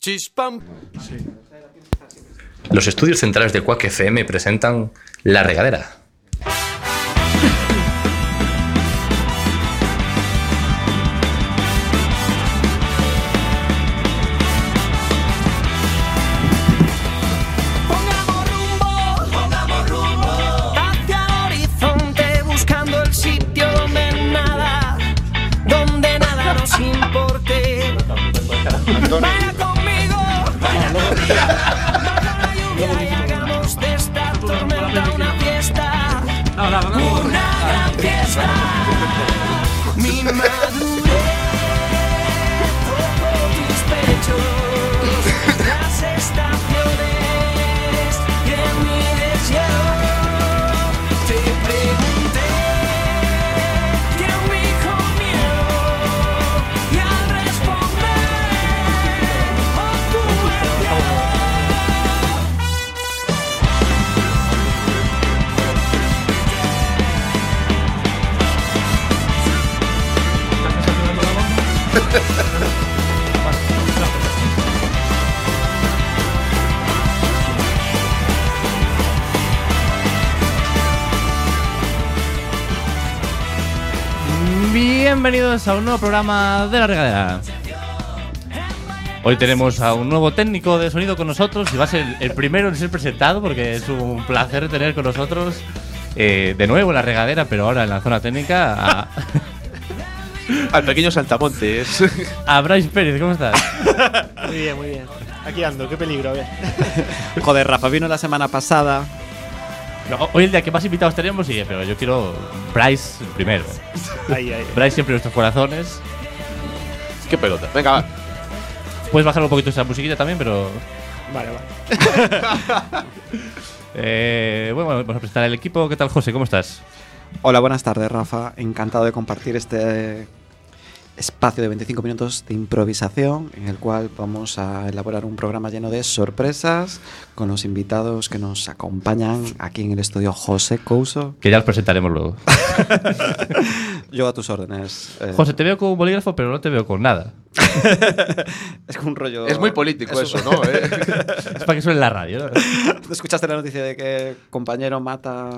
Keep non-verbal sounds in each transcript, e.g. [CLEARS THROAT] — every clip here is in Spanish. Chispam. Los estudios centrales de Quack FM presentan La Regadera. Pongamos rumbo, pongamos rumbo hacia el horizonte, buscando el sitio donde nada, donde nada nos importe. Baila conmigo, baila conmigo, bajo la lluvia y hagamos de esta tormenta una fiesta, una gran fiesta. Mi madurez tocó tus pechos, las estaciones y en mi deseo te pregunté qué dijo miedo y al responder obtuve el miedo. Bienvenidos a un nuevo programa de la regadera. Hoy tenemos a un nuevo técnico de sonido con nosotros y va a ser el primero en ser presentado porque es un placer tener con nosotros eh, de nuevo en la regadera, pero ahora en la zona técnica a, [LAUGHS] Al pequeño Saltamontes. a Bryce Pérez. ¿Cómo estás? Muy bien, muy bien. Aquí ando, qué peligro, a ver. Joder, Rafa vino la semana pasada. No, Hoy el día que más invitados tenemos, sí, pero yo quiero Bryce primero. Ahí, ahí. Bryce siempre en nuestros corazones. Qué pelota. Venga, va. Puedes bajar un poquito esa musiquita también, pero Vale, vale. [LAUGHS] eh, bueno, vamos a presentar el equipo. ¿Qué tal, José? ¿Cómo estás? Hola, buenas tardes, Rafa. Encantado de compartir este espacio de 25 minutos de improvisación en el cual vamos a elaborar un programa lleno de sorpresas con los invitados que nos acompañan aquí en el estudio José Couso. Que ya los presentaremos luego. Yo a tus órdenes. eh, José, te veo con un bolígrafo, pero no te veo con nada. Es como un rollo... Es muy político es eso, un- ¿no? Eh, Es para que suene en la radio. ¿no? ¿Tú [LAUGHS] escuchaste la noticia de que compañero mata...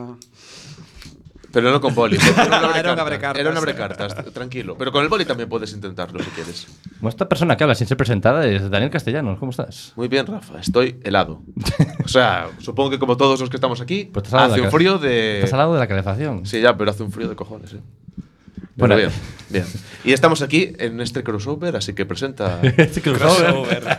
Pero no con boli. [LAUGHS] Era Era un abrecartas. un abrecartas. Era un abrecartas, tranquilo. Pero con el boli también puedes intentarlo si quieres. Bueno, esta persona que habla sin ser presentada es Daniel Castellanos. ¿Cómo estás? Muy bien, Rafa. Estoy helado. O sea, supongo que como todos los que estamos aquí, Pues estás al lado hace de la un ca- frío de... Estás al lado de la calefacción. Eh, Sí, ya, pero hace un frío de cojones, eh. Pero Bueno. bien, bien. Y estamos aquí en este crossover, así que [LAUGHS] presenta. Este crossover.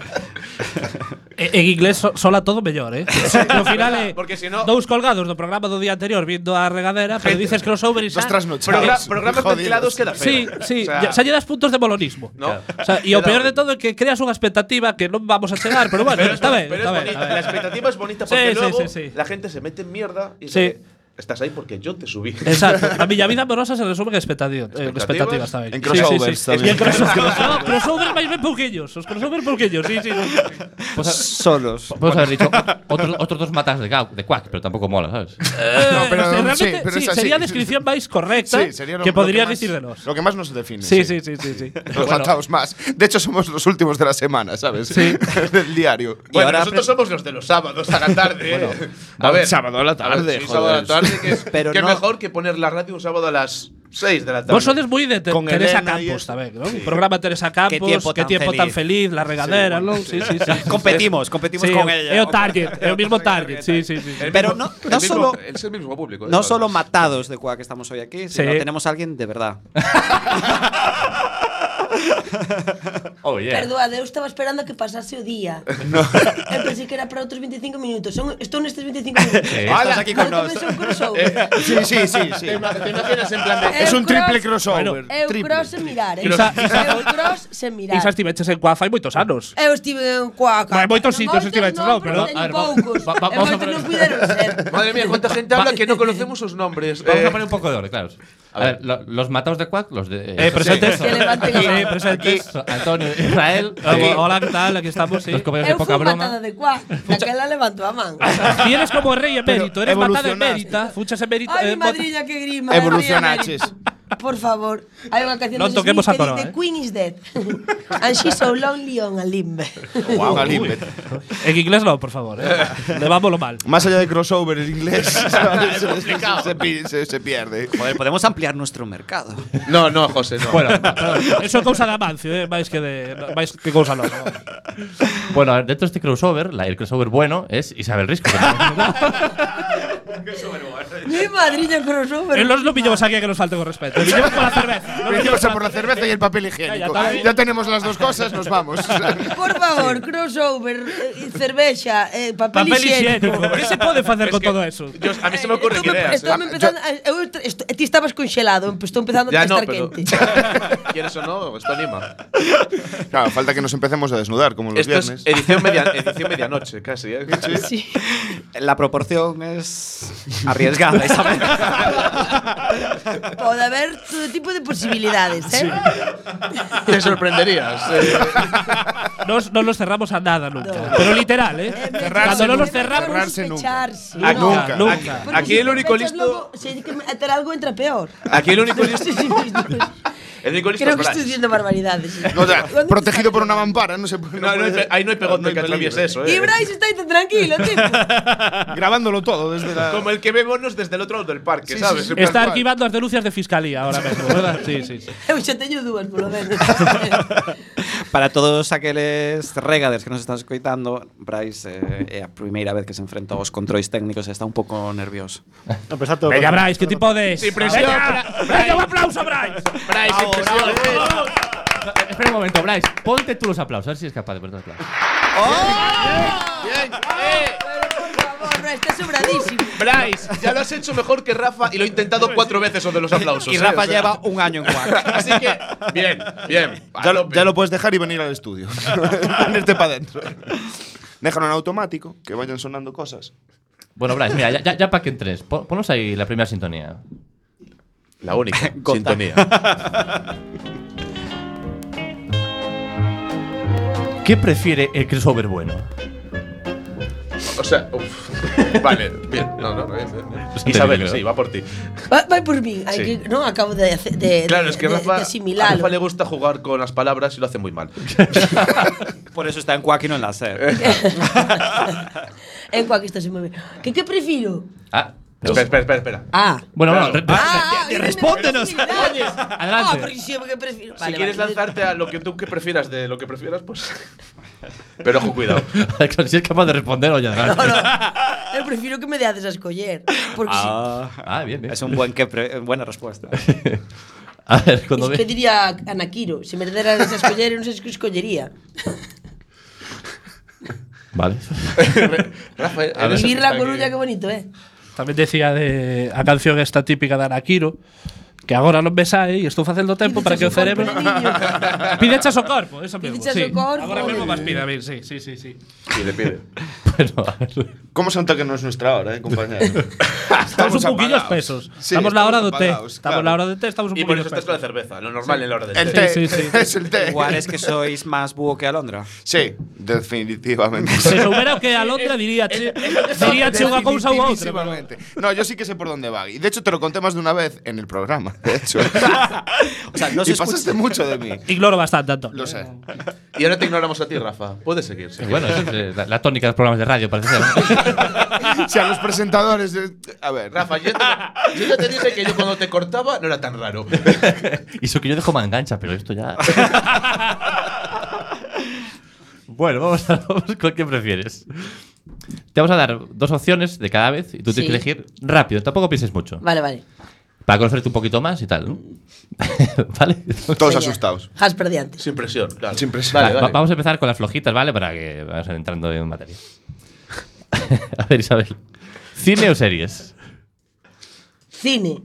E- En inglés so- sola todo mellor, eh? No final é Porque si no- dous colgados do programa do día anterior vindo a regadera, pero dices crossover e Dos xa... trasnochados. Progra- programas Jodidos. ventilados queda feo. Sí, eh. sí, O sea, ya, xa lle das puntos de bolonismo. No. O sea, e o peor de todo é que creas unha expectativa que non vamos a chegar, pero bueno, Pero es está bon- ben, pero es está ben. bonita. está ben. La expectativa es bonita Sí, porque sí, luego sí, sí. la gente se mete en mierda y Sí. dice, estás ahí porque yo te subí. Exacto. A miña vida amorosa se resume en expectativas, eh, Expectativas. expectativas tamén. En Sí, sí, sí. crossovers tamén. E en crossover, no, crossover máis ben pouquillos, os crossover pouquillos, sí, sí. sí. Pues, [LAUGHS] Solos. Podemos haber dicho otros, otros dos matas de, Gau- de Quack, pero tampoco mola, ¿sabes? Eh, pero o sea, sí, realmente, pero sí, es así. sería a descripción máis correcta Sí, sería lo, que lo podrías más- dicir de nós. Lo que más nos define. Sí, sí, sí, sí, sí. Los matados más. De hecho, somos los últimos de la semana, ¿sabes? Sí. [LAUGHS] Del diario. Y ahora somos los de los sábados a la [LAUGHS] tarde. eh. a un ver, sábado a la tarde, a ver, sí, joder. sábado a la tarde, que es, Pero que es no- mejor que poner la radio un sábado a las 6 de la tarde. Vos sodes moi de te- Con Teresa Elena y Campos eso. tamén, non? Programa Teresa Campos, que tiempo, tiempo tan, tan feliz. feliz. la regadera, non? Sí, sí, sí. Competimos, competimos Sí, con ella. é- É o target, é o mismo target, sí, sí, sí. El Pero mismo- no- el no mismo- eh, solo- Es el mismo público. de No todas solo las- matados de cuá que estamos hoy aquí, sino Sí. tenemos a alguien de verdad. Oh, yeah. Perdoade, eu estaba esperando a que pasase o [LAUGHS] día. Eu pensei que era para outros 25 minutos. Son, estou nestes 25 minutos. Eh, Hola. Estás aquí con Pero tamén nos. son [LAUGHS] crossover. Eh, Sí, sí, sí. sí. É es o un triple cross- crossover. É o triple. cross sen mirar, eh? Isa- Isa- É o cross sen mirar. Isa estiveches en Coa fai moitos anos. Eu estive en Coaca. Vai, moitos sitios estive, non, pero- Pero a teño ver, va- poucos. va- va- E vamos a moitos poner- non puideron ser. Madre mía, cuánta gente habla que no conocemos sus nombres. Vamos eh. a poner [LAUGHS] un [LAUGHS] poco de orden, claro. A ver, lo- los matados de Quack, los de. Eh, presentes. Que levanten a Eh, mano. presentes. So- Antonio, [LAUGHS] Israel. Hola, Hola, que tal? Aquí estamos, sí. Los compañeros Eu de poca fui broma. matada de cuá. Daquela levanto a [LAUGHS] man. Ti eres como rei emérito, eres evolucionaste. matada emérita, fuchas emérita. Ai, mi eh, bota- madriña, que grima. Evolucionaches. Por favor, hai unha canción Non dos toquemos Smiths a que coroa, dice, eh. Queen is dead. [LAUGHS] And she's so lonely on a limb. Guau, Galimbe. En inglés no, por favor. ¿eh? Levámoslo mal. Más allá de crossover en inglés, ¿sabes? se, pi- se- se [LAUGHS] pierde. Joder, podemos ampliar nuestro mercado. No, no, José, no. Bueno, Claro, Eso é cousa de Amancio, eh? máis que de máis que cousa non. bueno, a ver, dentro de este crossover, la- el crossover bueno es Isabel Risco. Mi madriña crossover. En los no pillamos aquí a que nos falte con respeto. Pillamos por la cerveza. no Venimos pillamos a por la cerveza y el papel higiénico. Ya tenemos las dos cosas, nos vamos. Por favor, crossover, eh, cervexa, eh, papel, Papel higiénico. higiénico. ¿Qué se puede hacer Es con que todo eso? yo- a mí se me ocurren Estou me- ideas. ¿eh? estou me empezando, a- eu est- estou- ti estabas conxelado, em- estou empezando a Ya no, estar pero. quente. [LAUGHS] ¿Quieres o no? Esto anima. Claro, falta que nos empecemos a desnudar, como los Esto viernes. es edición, media, edición medianoche, casi. ¿eh? Sí. La proporción es [LAUGHS] arriesgada, Isabel. Pode haber todo tipo de posibilidades, eh? Te sorprenderías. eh. Nos, no nos cerramos a nada nunca. Pero literal, ¿eh? Cuando no nos cerramos. cerrarse nunca. Sospecharse. Ah, No. nunca. nunca. Aquí- Porque Aquí si el único sospechas listo. Luego, si hay que meter algo entra peor. Aquí el único listo. [LAUGHS] Sí, sí, sí, sí. El único listo es Creo que Blas. estoy diciendo barbaridades. No, [LAUGHS] o sea, ¿Dónde está protegido por Blas? una mampara, no se puede. No, no hay puede- pe- ahí no hay pegote no hay que peligro. atraviese eso, Y ¿eh? Bryce está ahí tan tranquilo, [LAUGHS] tipo. ¿eh? Grabándolo todo desde la. Como el que vemos desde el otro lado del parque, Sí, ¿sabes? sí, sí. Está arquivando las denuncias de fiscalía ahora mismo, ¿verdad? Sí, sí. sí. Eu xa teño dúas, polo menos. [LAUGHS] Para todos aqueles regaders que nos están escoitando, Bryce eh, é a primeira vez que se enfrenta aos controis técnicos e está un pouco nervioso. No, pero está todo. Venga, controlado. Bryce, ¿qué tipo de es? Sin presión. Venga, Venga, un aplauso, Bryce. Bryce, impresión. Espera un momento, Bryce, ponte tú los aplausos, a ver si es capaz de ponerte los aplausos. Bien, eh. Por favor, Bryce, está sobradísimo. Bryce, ya lo has hecho mejor que Rafa y lo he intentado cuatro veces lo de los aplausos. Y ¿eh? Rafa O sea, lleva un año [LAUGHS] en cuatro. Así que, bien, bien. Ya lo, ya lo puedes dejar y venir al estudio. este Ponerte para adentro. Déjalo en automático, que vayan sonando cosas. Bueno, Bryce, mira, ya, ya, para que entres, pon- ponos ahí la primera sintonía. [LAUGHS] La [LAUGHS] única. Gota. sintonía. ¿Qué prefiere el crossover bueno? O sea, uff. Vale, bien. No, no, bien, bien, bien. Bastante Isabel, bien, sí, va por ti. Va, vai por min. Hai Sí. que, non acabo de, hace- de, Claro, de, es que de- Rafa, a de asimilalo. Rafa le gusta jugar con las palabras y lo hace muy mal. Por eso está en cuac y no en la SER. [LAUGHS] en coa que está se move. Que que prefiro? Ah, espera, espera, espera, espera. Ah. bueno, bueno, re- Ah, dime respóndenos. posibilidades. Adelante. Ah, porque siempre que prefiero. si Vale, quieres vale. lanzarte a lo que tú que prefieras de lo que prefieras, pues. Pero ojo, cuidado. re- si es capaz de responder, oye, No, no. Eu prefiro que me deades a escoller. Porque Ah, bien, bien. Es un buen que pre- buena respuesta. A ver, cuando si, es que ve. diría Anaquiro, se me deades a escoller, eu non sei que escollería. Vale. Rafa, A ver. eres- Vivir la está Coruña, que- que bonito, eh. También decía de a canción esta típica de Anaquiro que agora non me sae e estou facendo tempo para que o cerebro [LAUGHS] pide chas o corpo, eso mesmo. Pide chas sí. o corpo. Agora mesmo vas pide a mí, sí, sí, sí, sí. Pide, pide. Bueno, a ver. ¿Cómo santa que no es nuestra hora, eh, [LAUGHS] compañero? Estamos, un poquillo espesos. Sí, estamos na hora do té. apagaos, Estamos na claro. hora do té, estamos un Y por poquillo eso estás con la espesos. cerveza, lo normal en la hora del El té. té. Sí, sí, sí. [LAUGHS] Es el té. Igual es que sois más búho que alondra. Sí, definitivamente. [LAUGHS] Se soubera que a Londra diría che, diría che unha cousa ou outra. pero- Definitivamente. No, yo sí que sé por dónde va. Y de hecho te lo conté más de una vez en el programa. De hecho. O sea, no se y escucha. pasaste mucho de mí. Ignoro bastante, Antón. Lo sé. Y ahora te ignoramos a ti, Rafa. Puedes seguir. si Bueno, esa es eh, la, la tónica de los programas de radio, parece ser. [LAUGHS] Si a los presentadores. eh, A ver, Rafa. Rafa, yo, te, yo ya te dije que yo cuando te cortaba no era tan raro. Y eso que yo dejo mangancha, pero esto ya. [LAUGHS] bueno, vamos, a, vamos con qué prefieres. Te vamos a dar dos opciones de cada vez y tú tienes Sí. que elegir rápido, tampoco pienses mucho. Vale, vale. Para conocerte un poquito más y tal. ¿no? [LAUGHS] ¿Vale? Todos Venga. asustados. Has perdiante. Sin presión, claro. Sin presión. Vale, Va- vale. Vamos a empezar con las flojitas, ¿vale? Para que vayas entrando en materia. [LAUGHS] a ver, Isabel. ¿Cine o series? Cine.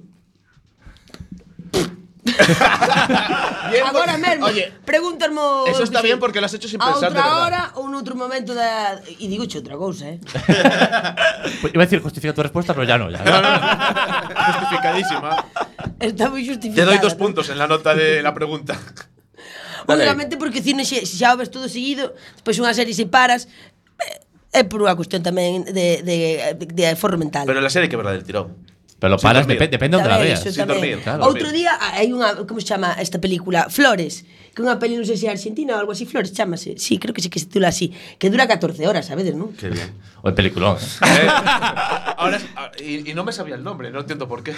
Bien, Agora porque- mesmo, Oye, pregúntame eso está bien porque lo has hecho sin a pensar, de outra verdad. hora ou noutro momento da e digo che outra cousa, [LAUGHS] eh. Pues iba a decir justifica tu respuesta, pero ya no. Ya. Justificadísima. Está moi Te justificada. doy dos ¿no? puntos en la nota de la pregunta. Dale ahí. Únicamente porque cine se, se xa o ves todo seguido, despois unha serie se paras, eh, é por unha cuestión tamén de, de, de, de forro mental. Pero la serie hay que verla del tirón. Pero lo Sin paras, dormir. depe- depende de onde la Tamén, veas. iso Sin tamén. dormir, claro. Outro Dormir. día ah, hai unha, como se chama esta película? Flores, que é unha peli, non sei se é argentina ou algo así, Flores, chámase. Sí, creo que sí que se titula así, que dura 14 horas, sabedes, [LAUGHS] non? Qué bien. [LAUGHS] O el peliculón. eh. Ahora es- ah, y, y no me sabía el nombre, no entiendo por qué.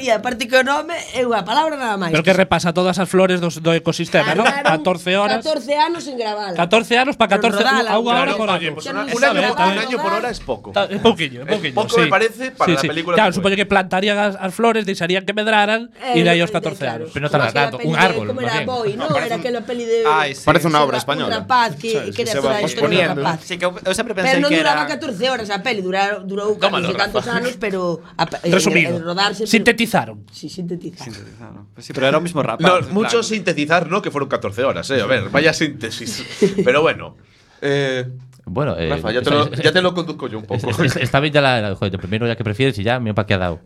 e aparte que o nome é unha palabra nada máis. Pero que repasa todas as flores do, do ecosistema, ¿no? Tardaron 14 horas. 14 anos en gravala. 14 anos para 14 Rodala, a unha hora claro, por ano. oye, un, pues Ya no un se sabe, año, ¿eh? un año por hora es poco. Ta- Es pouquillo, é Es pouquillo. poco me sí. parece para la Sí, sí. película. Claro, que supoño que plantarían as, as flores, deixarían que medraran Eh, e de aí aos 14 anos. Pero no tarda tanto, un árbol, Como más era bien. Boy, ¿no? Era aquela peli de... Ai, sí. Parece una obra Un española. rapaz que, Sabes, que era se va toda a historia dun Posponiendo. rapaz. Sí, que eu, eu sempre pensei Pero non que duraba era... 14 horas a peli, durara, durou Tómalo, cantos e cantos anos, pero a, en, Resumido. en rodarse... Sintetizaron. Sí, sintetizar. Sintetizado. Pues sí, pero era el mismo rapaz. No, en plan. mucho sintetizar, ¿no? Que fueron 14 horas, ¿eh? A ver, vaya síntesis. Pero bueno. Eh, Bueno, eh, Rafa, ya te, esa- lo, esa- ya te lo conduzco yo un Es- poco. es- es- Esta vez ya la, la- joder, primero ya que prefieres y ya me ha quedado.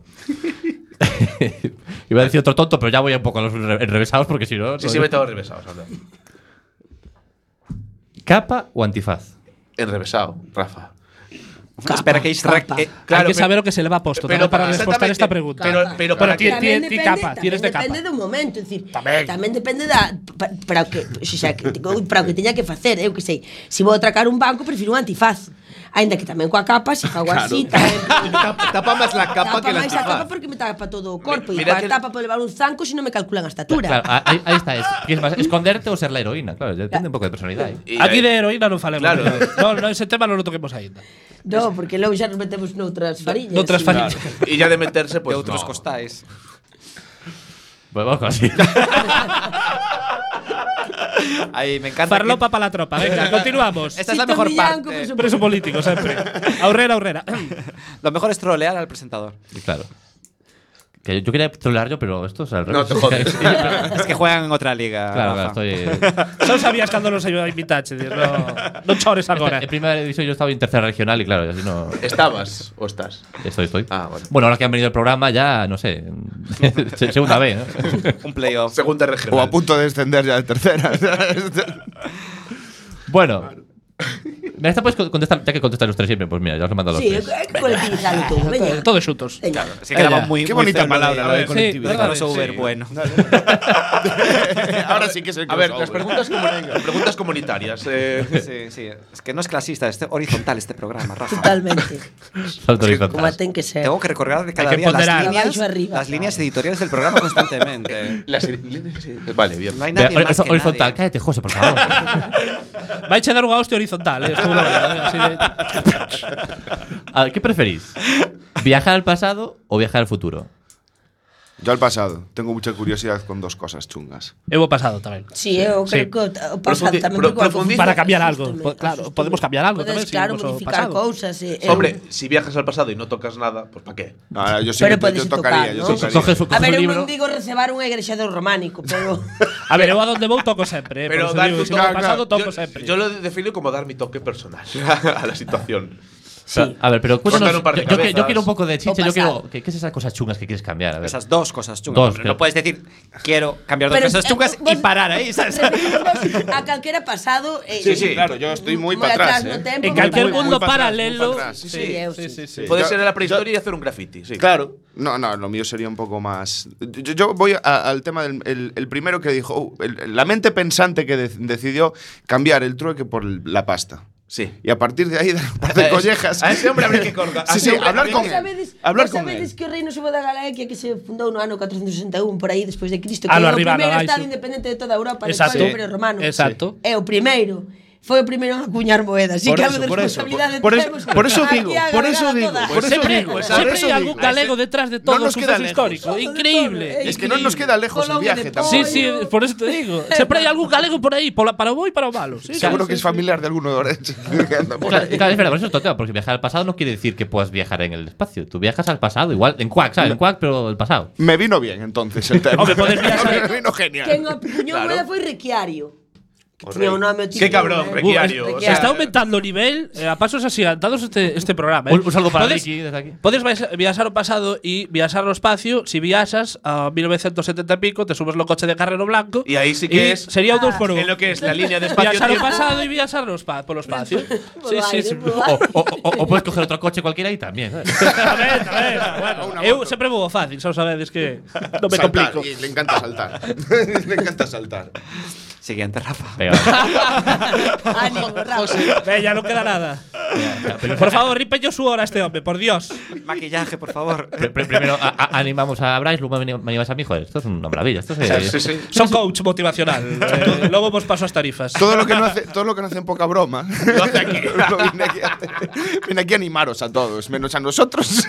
[LAUGHS] Iba a decir otro tonto, pero ya voy un poco a los re- enrevesados porque si no. [LAUGHS] Sí, no- sí, vete a enrevesado, anda. ¿Capa o antifaz? Enrevesado, Rafa. Espera que isto... Capa. eh, Claro, pero- [LAUGHS] Hay que saber o que se le va posto tamén para exactamente, responder esta pregunta. Pero, pero para ti- que. ti- ti capa, tamén tienes de capa. depende do momento, es decir, tamén, tamén depende da pa- para o que, o sea, que tengo- para o que teña que facer, eh, eu que sei. Se vou atracar un banco, prefiro un antifaz. Ainda que tamén coa capa, se fago así, [LAUGHS] tamén Tapa, tapa máis la capa tapa que la máis a Ah, capa antifaz. porque me tapa todo o corpo e Mira coa que- tapa para levar un zanco se non me calculan a estatura. Claro, a- ahí, ahí está. Es, que es más, esconderte o ser la heroína. Claro, ya depende un poco de personalidad. y- ¿eh? Aquí de heroína non falemos. Claro. No, no, ese tema non o toquemos aínda. No, porque logo xa nos metemos noutras farillas. Noutras sí. farillas. Y ya de meterse, Que pues. outros no. costais. Pues vamos así. [LAUGHS] Aí, me encanta Farlopa para la tropa. Venga, continuamos. Esta es la Sito mejor Villanco, parte. por Preso político, sempre. Aurrera, aurrera. [CLEARS THROAT] que... Lo mejor es trolear al presentador. Y claro. Que yo quería trolear yo, pero esto es al revés. No te [LAUGHS] jodes. Es que juegan en otra [LAUGHS] liga. Claro, Rafa. claro, estoy. eh, Non sabías cando nos iba a invitaxe. dices, No, non chores agora. En primera división yo estaba en tercera regional y claro, así no. ¿Estabas o estás? Estoy, estoy. Ah, bueno. Bueno, ahora que han venido al programa, ya, no sé. [LAUGHS] se- segunda vez, ¿no? Un playoff. Segunda O a regional. punto de descender ya de tercera. [LAUGHS] Bueno. Mira, [LAUGHS] esta puedes con- contestar, ya que contestan los tres siempre, pues mira, ya os he mandado los Sí, tres. hai que colectivizalo todo, veña. Todos xuntos. Veña. Se quedaba Ella. muy Qué muy bonita feo lo de- palabra, lo de Sí, colectividad. lo de Sí. crossover, bueno. Ahora sí que soy A ver, crossover. las preguntas, comun- preguntas comunitarias. [LAUGHS] eh, Sí, sí. Es que no es clasista, es horizontal este programa, Rafa. Totalmente. Los tres Como fantásticos. ten que ser. Tengo que recordar cada que día ponderar. las líneas, Abajo, arriba. las líneas editoriales del programa [LAUGHS] constantemente. las- sí, Vale, bien. No hay Mira, nadie más horizo- que horizontal, nadie. cállate, José, por favor. Vai che dar unha hostia horizontal. Eh? estuvo bueno, eh, así de- A ver, ¿qué preferís? ¿Viajar al pasado o viajar al futuro? Yo al pasado. Tengo mucha curiosidad con dos cosas chungas. Eu vou pasado tamén. Sí, eu creo Sí. que o pasado Profundi- tamén pro- porque algo profundiza- funciona. Para cambiar algo. Asústame, Po- claro, asústame. podemos cambiar algo Podes, tamén, si claro, vamos ao modificar pasado. cousas. eh, eh, Hombre, si viajas al pasado y no tocas nada, pues Eh, ¿para qué? No, ahora yo sí Pero que podes yo tocar, tocaría. ¿no? yo tocaría. Coges un, A coges ver, un eu libro. non digo recebar un egresado románico, pero... A ver, eu a donde vou toco sempre. Eh? Pero dar digo, tu- se vou ao claro, pasado claro, toco yo, sempre. yo lo defino como dar mi toque personal [LAUGHS] a la situación. sí. A ver, pero cuéntanos. Cortar un par de Yo, yo que- yo cabezas. quiero un poco de chicha, O yo quiero. pasado. ¿Qué, qué es esas cosas chungas que quieres cambiar? A ver. Esas dos cosas chungas. Dos, hombre, pero- No puedes decir, quiero cambiar dos cosas eh, chungas y vos- parar ahí, ¿sabes? Referirnos [LAUGHS] a calquera pasado... eh, Sí, sí, claro, yo estoy muy moi pa atrás, no eh. tempo, En moi calquer pa atrás. mundo pa atrás, paralelo. muy pa atrás. Sí, sí, eu sí. Sí. Puedes Yo- ir a la yo- prehistoria y hacer un graffiti, sí. Claro. No, no, lo mío sería un poco más. Yo, yo voy a- al tema del el, el primero que dijo, oh, el- la mente pensante que de- decidió cambiar el trueque por la pasta. Sí. Y a partir de ahí dar un par de Eh, collejas. a ese hombre habría que colgar. A [LAUGHS] ese Sí, sí, hombre hablar habría con Vos que- él. sabedes, Hablar vos con sabedes él. que o reino subo da Galaequia que se fundou no ano 461 por aí despois de Cristo, que Ah, é o no, arriba, no, primeiro vai, estado sí. independente de toda a Europa despois Exacto. do Imperio Romano. Exacto. É o primeiro. Foi o primeiro en acuñar moedas, así Por que algo eso, de por eso, responsabilidade por- por temos. eso- por eso Aquí digo, a por eso galgada digo, toda. por eso Siempre, digo, siempre por eso hay algún digo. galego detrás de todo No el nos suceso queda lejos. histórico. Todo, todo, Increíble. eh. Es que no nos queda lejos el Colón de viaje pollo. Sí, tampoco. sí, por eso te digo. Siempre hay algún galego por ahí, por la- para vos y para lo malo. Sí, Seguro que es familiar de alguno de Orense. [LAUGHS] que anda por Claro, ahí. claro, es verdad, por eso es otro tema, porque viajar al pasado no quiere decir que puedas viajar en el espacio. Tú viajas al pasado, igual, en Quack, ¿sabes? En Quack, pero el pasado. Me vino bien entonces el tema. pues Hombre, poder viajar- Me vino Quen genial. acuñou moeda foi Requiario. Que tiña o nome o título. Que cabrón, eh. Requiario. Requiario. o Se sea, está [LAUGHS] aumentando o nivel eh, a pasos agigantados este, este programa. Eh. Un- un saludo para Podes- Ricky desde aquí. Podes vais- viaxar ao pasado e viaxar ao espacio. Si viaxas a 1970 e pico, te subes no coche de Carrero Blanco. Y ahí E sí que y es- Sería un 2 por [LAUGHS] 1. en lo que es la línea de Viaxar ao espacio-tiempo. pasado e viaxar no spa, polo espacio. sí, sí, sí. Polo O, o- o- o puedes coger otro coche cualquiera y también. ¿sabes? [LAUGHS] a ver, a [LAUGHS] ver. Bueno, eu sempre vou ao fácil, xa o sabedes que non me Saltar, complico. [LAUGHS] y le encanta saltar. [LAUGHS] le encanta saltar. Siguiente, Rafa. Venga, va. [LAUGHS] Ánimo, Ah, Rafa. Pues Ve, ya non queda nada. Por favor, rípello su hora a este hombre, por Dios. Maquillaje, por favor. Pr- pr- Primero a- a- animamos a Bryce, luego me me animas a mí. Joder, esto es una maravilla. Esto se- Sí, sí. Son [LAUGHS] coach motivacional. Eh, Logo vos paso as tarifas. Todo lo que no hace, todo lo que no hace en poca broma. [LAUGHS] Lo hace aquí. Viene aquí a, viene aquí a animaros a todos, menos a nosotros.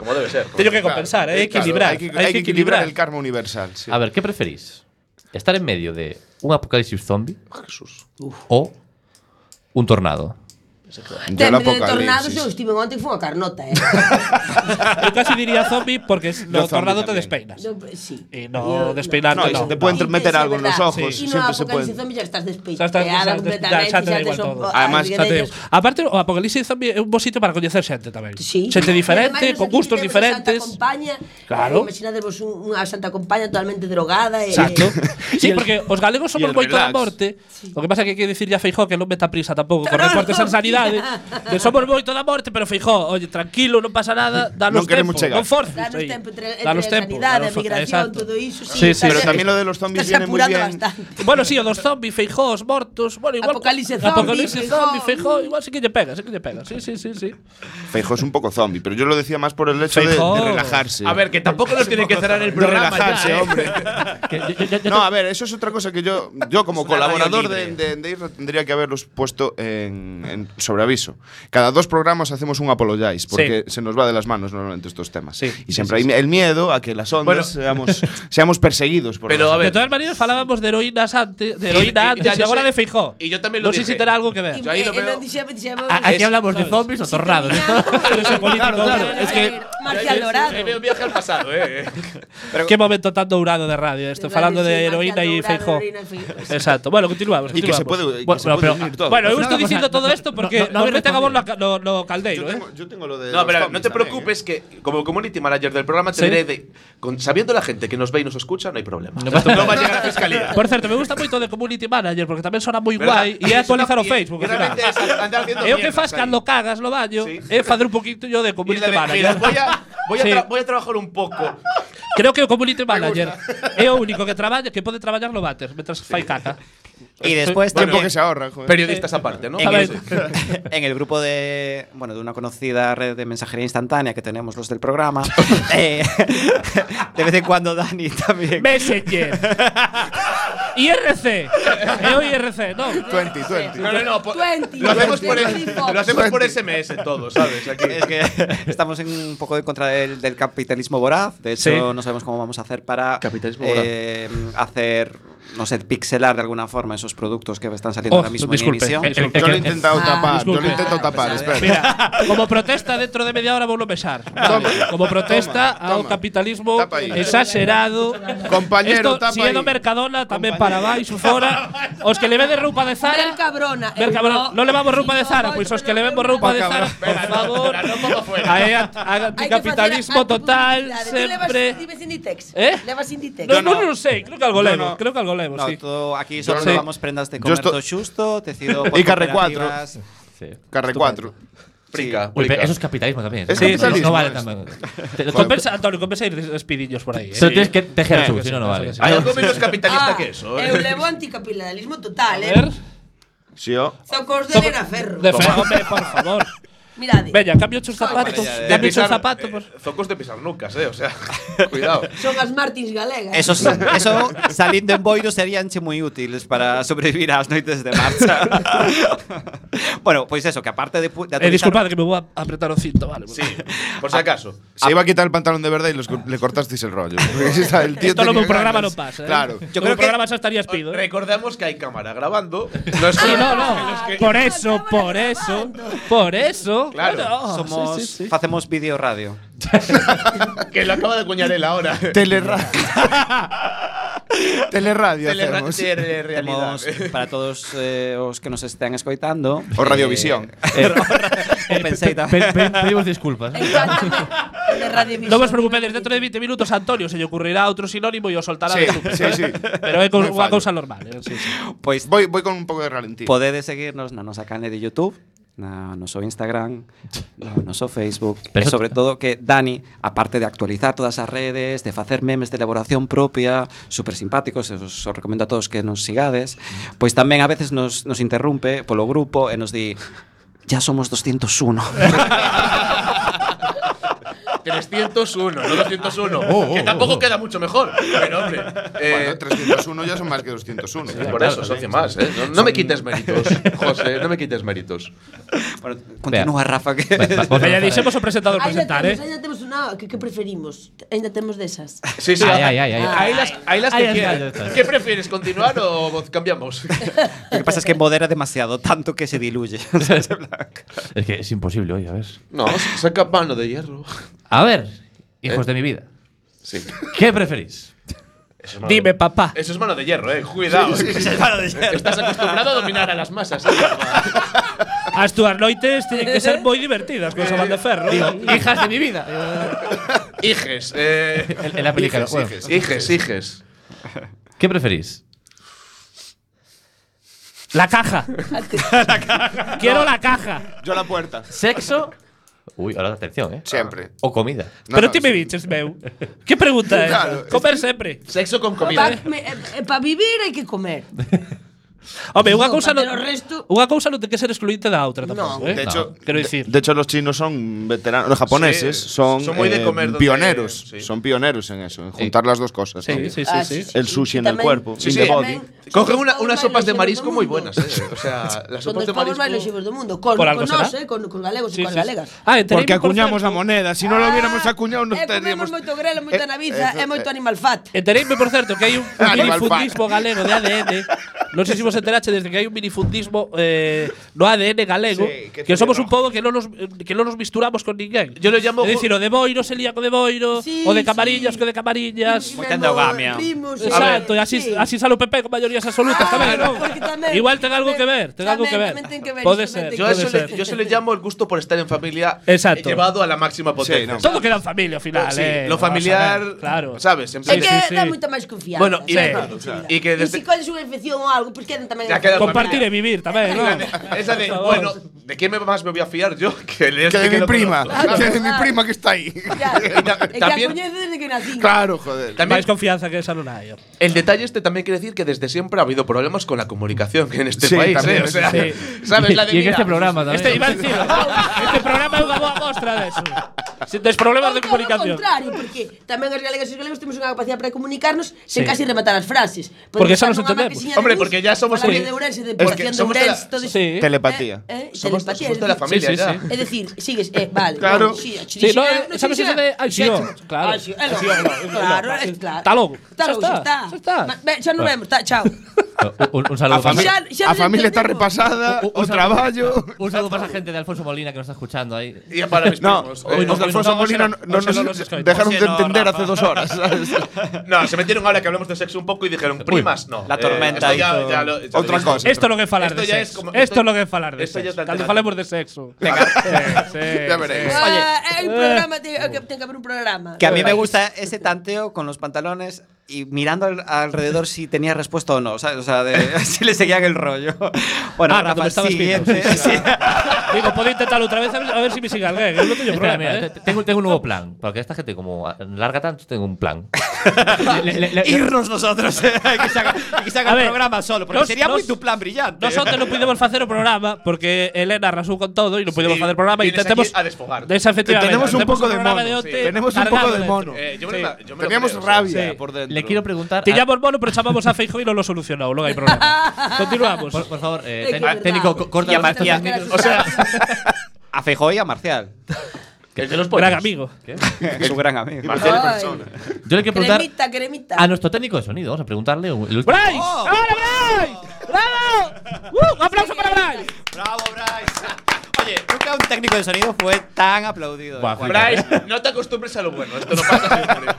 Como debe ser. Teño que compensar, hay Eh, que Claro, equilibrar. hay, que, hay que equilibrar. equilibrar el karma universal. sí. A ver, ¿qué preferís? ¿Estar en medio de un apocalipsis zombie o un tornado? Yo el Tempo de apocalipsis. tornados, eu estive ontem e fun a carnota, eh. Yo casi diría zombie porque Yo no tornado zombie te también. despeinas. No, sí. Y no despeinar, No, y no. se te pueden Y te- meter sí, algo en verdad. los ojos, Y no siempre se apocalipsis pueden- zombie ya estás Xa está, xa despeitada está, completamente. xa te da te igual son- todo. Además, alguén Xa te de digo. ellos- Aparte, o Apocalipsis Zombie é un bo sitio para coñecer xente tamén. Sí. E Xente ademais, diferente, nos con gustos aquí tenemos a diferentes. Santa Compaña, Claro. eh, Imaginadevos un- unha Santa Compaña totalmente drogada e Exacto. [LAUGHS] Y Sí, el- porque os galegos somos el moito da relax. morte. O que pasa é que hai que dicirlle a Feijó que non meta prisa tampouco con Pero non, recortes en sanidade. tía. Que somos moito da morte, pero Feijó, oye, tranquilo, non pasa nada, danos Non queremos tempo, non chegar. forces. Danos aí. tempo entre, entre Danos tempo, sanidade, danos- migración, exacto. todo iso. Sí, Sí, sí. estás- Pero también lo de los zombies estás viene muy apurando bien. bastante. Bueno, sí, o dos zombies, feijós, mortos. Bueno, igual, Apocalipse zombie, Apocalipse zombie, Feijó. feijó. Igual sí que te pega, sí que te pega. Sí, sí, sí. sí. Feijóo es un poco zombie, pero yo lo decía más por el hecho de, Feijóo. de relajarse. A ver, que tampoco nos tiene que cerrar el de programa. relajarse, ya, ¿eh? hombre. Que yo- yo- yo- yo No, a ver, eso es otra cosa que yo, yo como Es una colaborador radio de, libre. de- de Irra tendría que haberlos puesto en, en sobreaviso. Cada dos programas hacemos un apologize, porque se nos va de las manos normalmente estos temas. Sí. Y siempre hay el miedo a que las ondas Bueno. seamos, seamos perseguidos por Pero, las a ver, De todas maneras, falábamos de heroínas Y- antes, de y- heroína y ya antes y yo ahora sé- de feijó. y yo también lo No sé dije. si tendrá algo que Y ver. Yo ahí lo eh, eh, veo- non dixemos- dixemos- A- Aquí Es- hablamos de ¿sabes? zombies o tornados. [LAUGHS] Pero ese político, hombre, es que. [LAUGHS] Marcial Dorado. Ahí veo un viaje al pasado, eh. Qué momento tan durado de radio esto, falando de Marcial heroína y Dorado, feijó. heroína e Feijó. Exacto. Bueno, continuamos. Y que se continuamos. puede, y que Bueno, se puede pero- unir todo. Bueno, Es yo una estoy cosa, diciendo no- todo no- esto porque no- no nos habéis meten a vos lo, respondido. lo- lo caldeiro, Yo ¿eh? tengo, yo tengo lo de. No, los pero no zombies te también, preocupes ¿eh? que como community manager del programa te Sí. diré de, con- sabiendo la gente que nos ve y nos escucha, no hay problema. No pasa [LAUGHS] No va a nada. llegar a fiscalía. Por cierto, me gusta mucho de Community Manager porque también suena muy ¿Verdad? [LAUGHS] guay y é actualizar o Y- Facebook. y al final. realmente es andar haciendo É o que mierdas fas ahí. cando cagas no baño Sí. é facer un poquito yo de Y la community de- mira, manager. voy a, voy, a Sí. tra- voy a trabajar un poco. Creo que o community manager é o único que traballa que pode traballar no váter mientras fai caca. Y después Tiempo también que se ahorra, joder. Periodistas aparte, ¿no? En Eh, A ver. el, [LAUGHS] en el grupo de bueno de una conocida red de mensajería instantánea que tenemos los del [LAUGHS] programa, eh, [LAUGHS] de vez en cuando Dani también. [LAUGHS] Messenger. IRC. É o IRC, non? 20, 20. No, no, no. por- 20, lo, hacemos por, 20. lo hacemos por SMS todo, ¿sabes? Aquí. Es que estamos en un poco en contra del, del capitalismo voraz. De hecho, Sí. no sabemos cómo vamos a hacer para Capitalismo voraz. eh, hacer, no sé, pixelar de alguna forma esos productos que están saliendo Oh, ahora mismo disculpe. en emisión. Eh, eh, Yo lo he eh, intentado Ah, tapar, yo lo disculpe. he intentado tapar, Pues a ver. espera. Mira, como protesta dentro de media hora vou pesar. Vale. Como protesta toma, ao toma. capitalismo Tapa ahí. exagerado. Esto, Compañero, tapa si é ahí. do Mercadona, tamén para baixo, fora. Os que le vede roupa de Zara… Ver cabrona. Ver, eh, cabrón, non levamos roupa de no, Zara, no, pois os no, que levamos no, roupa no, de Zara, por favor. la ropa pa' fuera. Aí Hai a- a- que anticapitalismo facer total, antipublicidade. Tú sempre. levas Inditex. Eh? Levas Inditex. No, no, non sei, creo que algo Yo levo, no. creo que algo levo, No, eh, sí. todo aquí solo Yo damos no. prendas de Yo comercio esto- justo, tecido por [LAUGHS] Y Carre cuatro. cooperativas. Sí. Carre 4. Brinca, Uy, pero brinca. eso es capitalismo también. Es Sí, sí, capitalismo, No vale es. tampoco. Te- te- Compensa, Antonio, compensa ir despidillos por ahí. eh. Solo tienes que tejer Sí, tú, que si sí, no, no que vale. sí, que Hay algo menos capitalista Ah, que eso. Eu ¿eh? levo anticapitalismo A total, eh. ver. Sí, o. Son cos de Elena Ferro. eh. De fe- hombre, por favor. Mirade. Veña, cambio os zapatos. Vaya, Cambio os pisar- zapatos. eh, por- Zocos de pisar nucas, ¿eh? O sea, [LAUGHS] cuidado. Son as Martins galegas. eh. Eso, [LAUGHS] eso salindo en boiro serían che moi útiles para sobrevivir ás noites de marcha. [LAUGHS] bueno, pois eso, que aparte de, pu- de Eh, actualizar- disculpad que me voy a apretar o cinto, vale. Sí, por si Ah. acaso. Se iba a quitar el pantalón de verdad y los- le cortasteis el rollo. el tío Esto no tenía un programa no ganas. pasa. eh. Claro. Yo creo que programa xa estaría espido. eh. Recordamos que hay cámara grabando. No es Sí, los no, no. que- Por eso, por eso, por eso. Claro, Bueno, somos Ah, sí, sí, sí. facemos vídeo radio. [LAUGHS] [LAUGHS] Que lo acaba de acuñar él ahora. Telerra. Teleradio Telera- hacemos. telerrealidade. Temos para todos eh, os que nos estean escoitando. O radiovisión. Eh, [LAUGHS] eh, eu pensei tamén. Pe- pe- pedimos [LAUGHS] disculpas. De Radio No vos Visión. preocupéis, dentro de 20 minutos a Antonio se lle ocurrirá outro sinónimo e os soltará de Sí, súper. sí, sí. Pero é co- Non hai unha fallo. cousa normal. eh, Sí, sí. Pois Voy, voy con un poco de ralentí. podedes seguirnos na nosa canle de YouTube, na noso Instagram, no noso Facebook, Pero [LAUGHS] Pero eso- sobre todo que Dani, aparte de actualizar todas as redes, de facer memes de elaboración propia, super simpáticos, os, os recomendo a todos que nos sigades, pois tamén a veces nos, nos interrumpe polo grupo e nos di Ya somos [LAUGHS] 201. [LAUGHS] 301, no 201. que tampoco queda mucho mejor. Pero, hombre. eh, Bueno, 301 ya son más que 201. por eso, socio más, ¿eh? No, no me quites [LAUGHS] méritos, José, no me quites méritos. bueno, continúa, Rafa, que... Porque ya dixemos o presentador Ainda presentar, eh? temos, ainda temos una que, que preferimos. Ainda temos [LAUGHS] desas. Sí, sí. Ay, ay, ay, ay. Ahí las, ahí las Ay, que ay, quieras. ay, ay, ay. ¿Qué prefieres, continuar o cambiamos? [LAUGHS] Lo que pasa es que modera demasiado, tanto que se diluye. Es que es imposible hoy, a ver. [LAUGHS] No, saca mano de hierro. A ver, hijos de mi vida. Sí. ¿Qué preferís? Dime, papá. Eso es mano de hierro, eh. Cuidado. Estás acostumbrado a dominar a las masas. ¿eh? [LAUGHS] As túas noites teñen que ser moi divertidas con esa banda de ferro. Hijas de mi vida. Hijes. Eh. En, en la película. bueno. Hijes, hijes. ¿Qué preferís? La caja. Quiero la caja. Yo a la puerta. ¿Sexo? Uy, ahora atención, ¿eh? Ah. Siempre. O comida. No, Pero no, ti me sí. biches, meu. Que pregunta é? Claro, esa? Comer sempre. Sexo con comida. Para eh. eh, vivir hai que comer. Home, unha No, cousa non pero o resto- unha cousa non ten que ser excluinte da outra tampouco, eh? De hecho, Quero dicir, de hecho, los chinos son veteranos, los japoneses Sí, son, son muy de eh, comer donde- pioneros, sí. son pioneros en eso, en juntar las dos cosas. sí, ¿no? sí, sí, Ah, sí. sí. El sushi en el Tamén- cuerpo, Sí, in sí. the body. Cogen una- unas sopas de Con marisco muy todo el buenas, eh. O sea, las Con sopas de os pobres máis marisco. lexivos do mundo. Con, Por con algo será? nós, eh, con, con galegos e con galegas. Ah, e tenéis Porque un acuñamos la concerto- moneda, si no lo hubiéramos acuñado no eh, estaríamos… comemos moito grelo, Eh, moita naviza, eso- é moito animal fat. E tenéisme, por certo, que hai [LAUGHS] un, un Animal minifundismo galego de ADN. Non sei se vos enterache desde que hai un minifundismo eh, no ADN galego, Sí, que que, somos un tiene pobo que non nos eh, que non nos misturamos con ninguén. Yo lo llamo- É dicir, o de Boiro se lía co de Boiro, Sí, o de sí. Camarillas co de Camarillas. Moita endogamia. Exacto, e así, así sale o PP con mayorías absolutas Ah, tamén, non? porque tamén- Igual ten algo que ver, ten tamén- algo que ver. tamén ten que ver, Pode iso ser, tamén ten Yo a que pode eso, ser. le, yo eso le llamo el gusto por estar en familia Exacto. llevado a la máxima potencia. no. Todo queda en familia al final, Sí, eh. lo vas a familiar, ver, Claro. ¿sabes? En É plan- que sí, sí. dá moita máis confianza. Bueno, y, sabe? claro, y que E se desde, colles unha infección ou algo, pois quedan tamén... Ya en queda familia. Compartir e vivir tamén, non? [LAUGHS] esa de, Por favor. bueno, ¿de quién me- más me voy a fiar yo? [LAUGHS] Que, de Que este de que mi no prima, conozco. que de mi Claro. prima que está ahí. [LAUGHS] Ya, É ta- que a también- coñece desde que nací. Claro, Máis joder. También, confianza que esa non hai. eh. el detalle este también quiere decir que desde siempre ha habido problemas con la comunicación en este Sí, país. también, ¿eh? O sí, sea, sí. [LAUGHS] ¿sabes? La de, Y mira, en este programa también. Este, iba a [LAUGHS] decir, este programa é unha boa mostra deso. Sin des problemas de Porque é o comunicación. contrario, porque tamén as galegas e os galegos temos unha capacidade para comunicarnos sen casi rematar as frases. Porque usar xa nos unha entendemos. maquinilla de Hombre, luz, porque ya somos falar el- de Ourense, de es que población de somos de la- Ourense, todo Sí. Telepatía. Eh, eh, somos, telepatía, somos de es la decir- familia Sí, sí, ya. sí. É dicir, sigues, eh, vale. Claro. bueno, sí, Sí, no, eh, xa non se sabe, ai, sí, oh, claro. Ah, Claro, é claro. Está logo, Está xa logo, está, xa está. xa está. Ma- ve, Xa non vemos, tá, [LAUGHS] chao. [LAUGHS] Un, un saludo A, para fami- familia- Ya- ya a lo familia está entendemos. repasada, o, trabajo. un saludo para esa gente de Alfonso Molina que nos está escuchando ahí. Y para mis No, primos. Eh, hoy nos no, de Alfonso Molina no, no hoxe no nos nos escoita. dejaron Hoxe de [LAUGHS] no, entender Rafa. hace dos [LAUGHS] horas, ¿sabes? se metieron ahora que hablamos de sexo un poco y dijeron, primas, no. Eh, La tormenta esto ya- hizo- ya lo- ya lo Otra dije. cosa. Esto é lo que é falar Esto de ya es sexo. como- esto é esto- lo que é falar de esto ya es sexo. la Cando alternativa. falemos de sexo. [LAUGHS] Sí, Ya veréis. Oye, hai Eh. un Ah, programa, te- que ten que haber un programa. Eh, Que a mí País. me gusta ese tanteo con los pantalones y mirando al- alrededor si tenía respuesta o no, ¿sabes? O sea, de- [LAUGHS] si le seguían el rollo. Bueno, Ah, Rafa, cuando me estabas siguiente. viendo. Sí, Sí. Digo, podo intentarlo outra vez a ver, a ver si me sigue alguén. Eu non teño Espera, problema, mira, eh. te- tengo, tengo un nuevo plan. Porque esta gente como a- larga tanto, tengo un plan. Le- le- le- Irnos nosotros, eh, que se haga, que se haga A el ver, programa solo, porque nos- sería muy nos- tu plan brillante. ¿eh? Nosotros non pudemos facer o programa porque Elena rasou con todo e non pudemos Sí, facer o programa e vienes intentemos aquí a desfogar. Desa efectivamente. Tenemos un Temos poco de programa mono, OT sí. Tenemos un cargado poco de dentro. mono. Eh, yo me Sí. lo- yo me lo Teníamos creo, o sea, rabia Sí. por dentro. le quiero preguntar. a- Pillamos mono, pero chamamos a Feijóo y no lo solucionamos. No hay problema. Continuamos. por, por favor, eh, Es que tec- es verdad. técnico, co- corta Y a los Martía. gestos. O sea, a Feijóo y a Marcial, El de los pollos. Gran amigo. su gran amigo. Marcial en Ay. persona. Yo le quiero preguntar [LAUGHS] Cremita, cremita. a nuestro técnico de sonido. Vamos a preguntarle. un- el último- ¡Bryce! ¡Ahora, Bryce! ¡Bravo! ¡Uh! ¡Un aplauso para Bryce! Bravo, Bryce. Oye, nunca un técnico de sonido fue tan aplaudido. Buah, Juan. Bryce, no te acostumbres a lo bueno. Esto no pasa siempre.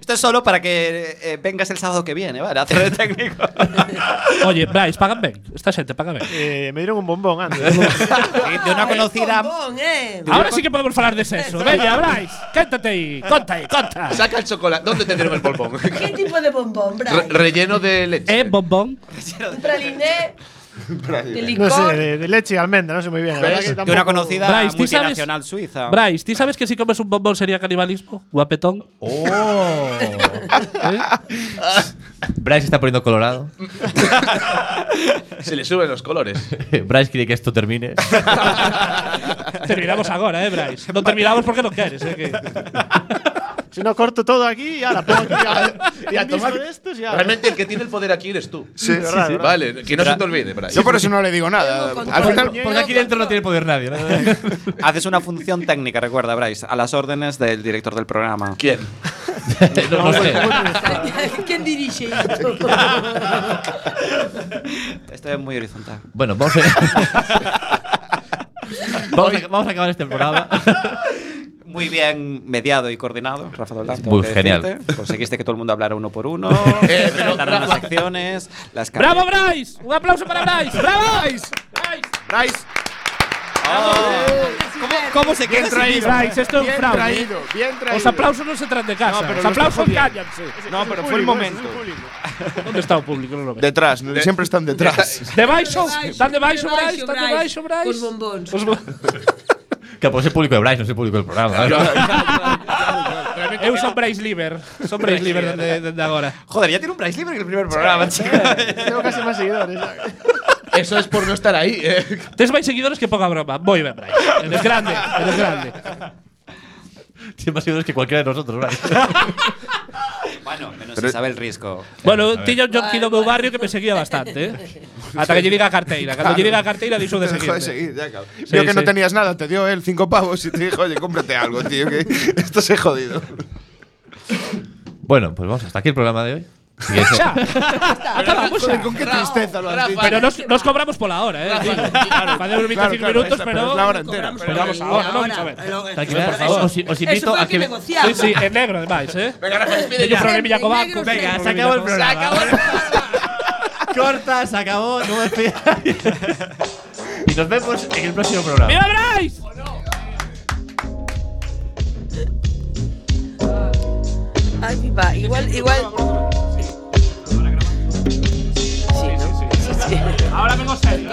Esto es solo para que eh, vengas el sábado que viene, ¿vale? A hacer de [LAUGHS] técnico. Oye, Bryce, pagan ben. Esta gente, pagan ben. Eh, me dieron un bombón antes. Y de una conocida. Bombón, eh. Ahora sí que podemos hablar de eh, sexo. Venga, Bryce, cántate ahí. Conta ahí, conta. Saca el chocolate. ¿Dónde tendremos el polpón? ¿Qué tipo de bombón, Brian? Re- relleno de leche. Eh, bombón. Un praliné. de licor. [LAUGHS] No sé, de, de leche y almendra, no sé muy bien. ¿eh? La verdad que De una tampoco- conocida Bryce, ¿tú sabes- multinacional suiza. Bryce, ¿tú sabes que si comes un bombón sería canibalismo? Guapetón. Oh. Bryce está poniendo colorado. Se le suben los colores. Bryce quiere que esto termine. [LAUGHS] Terminamos ahora, eh, Bryce. No terminamos porque no quieres, eh. que- Si no corto todo aquí, ya la pongo aquí. [LAUGHS] Ya, ya tomar de estos, ya. Realmente el que tiene el poder aquí eres tú. Sí, sí, sí. Vale, que no se te olvide, Brian. Yo por eso no le digo nada. Tengo Al control. final, Porque aquí dentro no tiene poder nadie. ¿no? Haces una función técnica, recuerda, Bryce, a las órdenes del director del programa. ¿Quién? No sé. [LAUGHS] ¿Quién dirige esto? Esto es muy horizontal. Bueno, vamos a, vamos, a, vamos a acabar este programa. Muy bien mediado y coordinado, Rafa Doldán. tengo Muy que genial. decirte. Conseguiste que todo el mundo hablara uno por uno, Eh, pero, dar las Rafa. acciones, las ¡Bravo, Bryce! ¡Un aplauso para Bryce! ¡Bravo! Bryce! Bryce, ¿Cómo, cómo se queda sin Bryce, Bryce, esto es un bien fraude. ¿eh? traído, bien traído. Los aplausos no se traen de casa. No, pero Los lo estás aplausos jodiendo. [LAUGHS] cállanse. No, pero fue el momento. ¿Dónde está el público? No lo veo. Detrás, siempre están detrás. ¿De Bryce? ¿Están de Bryce, De Bryce? ¿Están de Bryce, Con Bryce? bombón. Que pues el público de Bryce, no es el público del programa. ¿no? [LAUGHS] Eu son Bryce Liver. Son Bryce Liver desde, desde ahora. Joder, ya tiene un Bryce libre en el primer programa, chico. Tengo casi más seguidores. Eso [LAUGHS] es por no estar ahí. eh. Tens máis seguidores que poca broma. Moi ben, Bryce. Eres grande, eres grande. Tiene más seguidores que cualquiera de nosotros, Bryce. Bueno, menos Pero- Isabel Risco. Bueno, tiña un jonqui no meu barrio que me seguía bastante, eh. Ata que lle diga a carteira. Cando lle diga a carteira, dixo [LAUGHS] de Te dejó seguirme. de seguir, ya, cabrón. Vio que sí. no tenías nada, te dio él cinco pavos y te dijo, oye, cómprate algo, tío, que esto se ha jodido. Bueno, pues vamos, hasta aquí el programa de hoy. Si queréis- Xa. Acabamos xa. Con qué tristeza lo has dicho. Pero nos, nos cobramos pola hora, eh. Claro, facemos 25 Claro, claro, minutos, esa, pero... es la hora entera. vamos ahora, ¿no? Vamos a ver. Tranquilidad, Os, os invito Eso fue a lo que que. negociamos. Sí, sí, en negro, además, eh. Venga, Rafa, despide Teño un ya. problemilla co banco. Venga, se acabó el programa. Corta, se acabó, no me pidas. Y nos vemos en el próximo programa. ¡Viva Bryce! Ay, pipa, igual, igual. Sí, ¿no? Ahora vengo serio.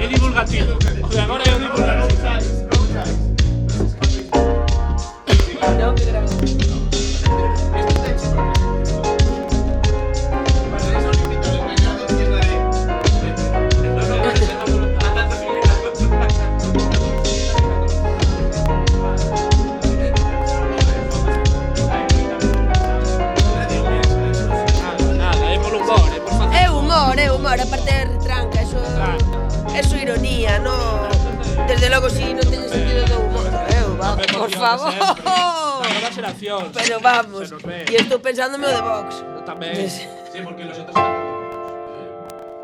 É divulgativo. Agora é divulgativo. Tengo que grabar. Nada, é por humor, é por É humor, é humor, aparte de retranca, eso eso ironía, no. Desde logo si non teño sentido do humor. Eu, va, por favor. facer acción. Pero vamos, e estou pensándome o de Vox. Tamén. Sí, porque los otros... [LAUGHS]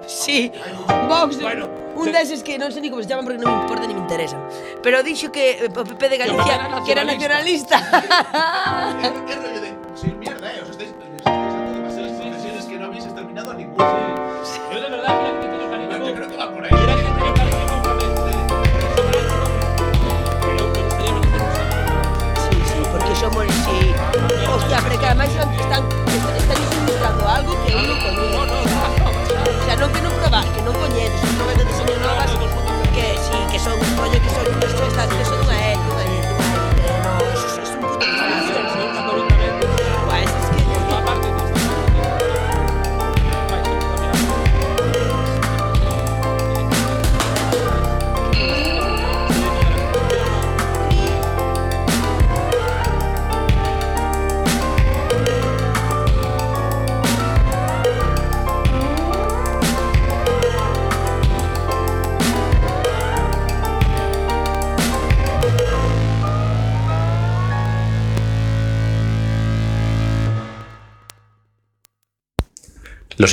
Sí, Vox, un deses que non sei ni como se chaman porque non me importa ni me interesa. Pero dixo que eh, o PP de Galicia que Que era era nacionalista. ¿Qué rollo de.? Sí, mierda, eh. Os estáis. os estáis dando demasiadas concesiones que no habéis terminado ninguna. Eu de verdad que teño cariño. Yo creo que va por ahí. Mira que teño cariño mutuamente. Pero que estaría ben Sí, sí, porque somos sí. Hostia, pero que además están, están, están insultando algo que eu non coñezo. O sea, non que non proba, que non coñezo, non vendo diseño novas que sí, que son un rollo que son isto está que son unha é, unha é, no, eso eso es un puto disfraz. Guau, es que Los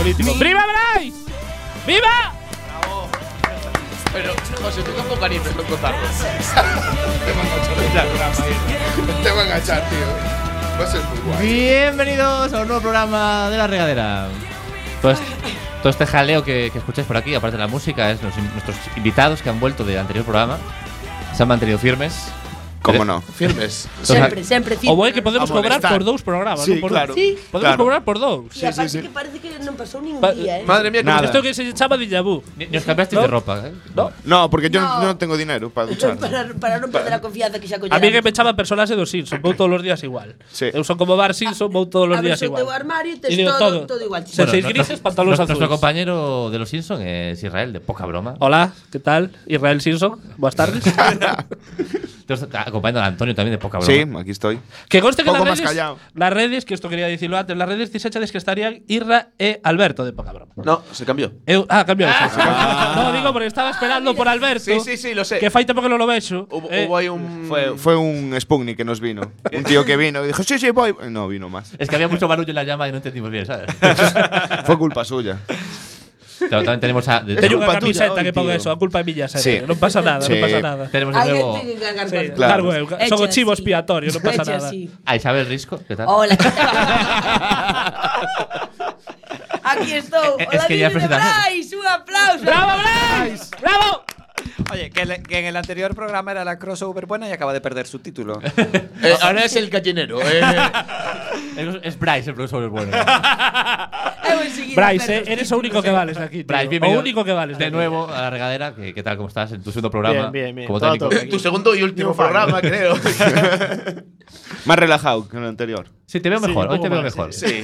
político. ¡Viva Bryce! ¡Viva! Pero, José, tú tampoco animes los cotarros. Te va a enganchar, tío. Va a ser muy guay. Bienvenidos a un nuevo programa de la regadera. Todo este, todo este jaleo que, que escucháis por aquí, aparte de la música, es los in- nuestros invitados que han vuelto del anterior programa. Se han mantenido firmes. ¿Cómo no? Firmes. Sempre, sempre firme. O bueno, que podemos A molestar. cobrar por dos programas, Sí, ¿no? Por claro. dos. Sí. Podemos Claro. cobrar por dos. Y aparte que parece que non pasou ningún Pa- día, eh. Madre mía, que Nada. Esto que se llama déjà vu. Ni, ni os cambiasteis de ropa. ¿eh? No. No, porque yo No. no, no tengo dinero [LAUGHS] para duchar. [LAUGHS] Para, para non perder a confianza que xa A colleramos. mí que me echaban personas de los Simpsons, vou todos los días igual. Sí. Eu son como Bar Simpson, vou todos los Abres días o teu igual. armario, tes Y digo, todo- todo igual. Jerseys Bueno, grises, nuestro- pantalones nuestro- Nuestro azules. compañero de los Simpsons es Israel, de poca broma. Hola, ¿qué tal? Israel Simpson, buenas tardes. [LAUGHS] Te está acompañando a Antonio también, de poca broma. Sí, aquí estoy. que conste que Poco las más redes, callado. las redes, que esto quería decirlo antes, las redes disechadas que estarían Irra e Alberto, de poca broma. No, se cambió. Eu- ah, cambió eso. No, digo, porque estaba esperando por Alberto. Sí, sí, sí, lo sé. Que fai tampoco no lo vexo. Hubo, eh. hubo ahí un. Fue, fue un Sputnik que nos vino. Un tío que vino y dijo, sí, sí, voy. No, vino más. Es que había mucho barullo en la llama y no entendimos bien, ¿sabes? Fue culpa suya. Claro, también tenemos a. de- Teño unha culpa camiseta tuya hoy, que pongo tío. eso, a culpa de miña, Sí. sí. non pasa nada, Sí. non pasa nada. tenemos de Alguén nuevo ten que encargar Sí, cousas. clason Claro. eu, Eche son o chivo así. expiatorio, non pasa Eche nada. así. a Isabel Risco. ¿Qué [LAUGHS] tal? Hola, ¿qué tal? Aquí estou. Eh, eh, Hola, es que ya Dino de presentaste. Brais, un aplauso. ¡Bravo, Blaise! ¡Bravo! Oye, que, le- que en el anterior programa era la crossover buena y acaba de perder su título. Eh, ahora es el gallinero. eh. Es, es Bryce, el profesor es bueno. Eu enseguida Bryce, eh, perdo os eres o único que vales aquí, tío. Bryce, o bienvenido. único que vales. De aquí. nuevo a la regadera. ¿Qué, qué tal? ¿Cómo estás? En tu segundo programa. Bien, bien, bien. Como Todo a técnico. tope. tu segundo y último No fallo. programa, [LAUGHS] creo. Más relajado que el anterior. Sí, te veo Sí, mejor. un Hoy poco te veo más, mejor. sí.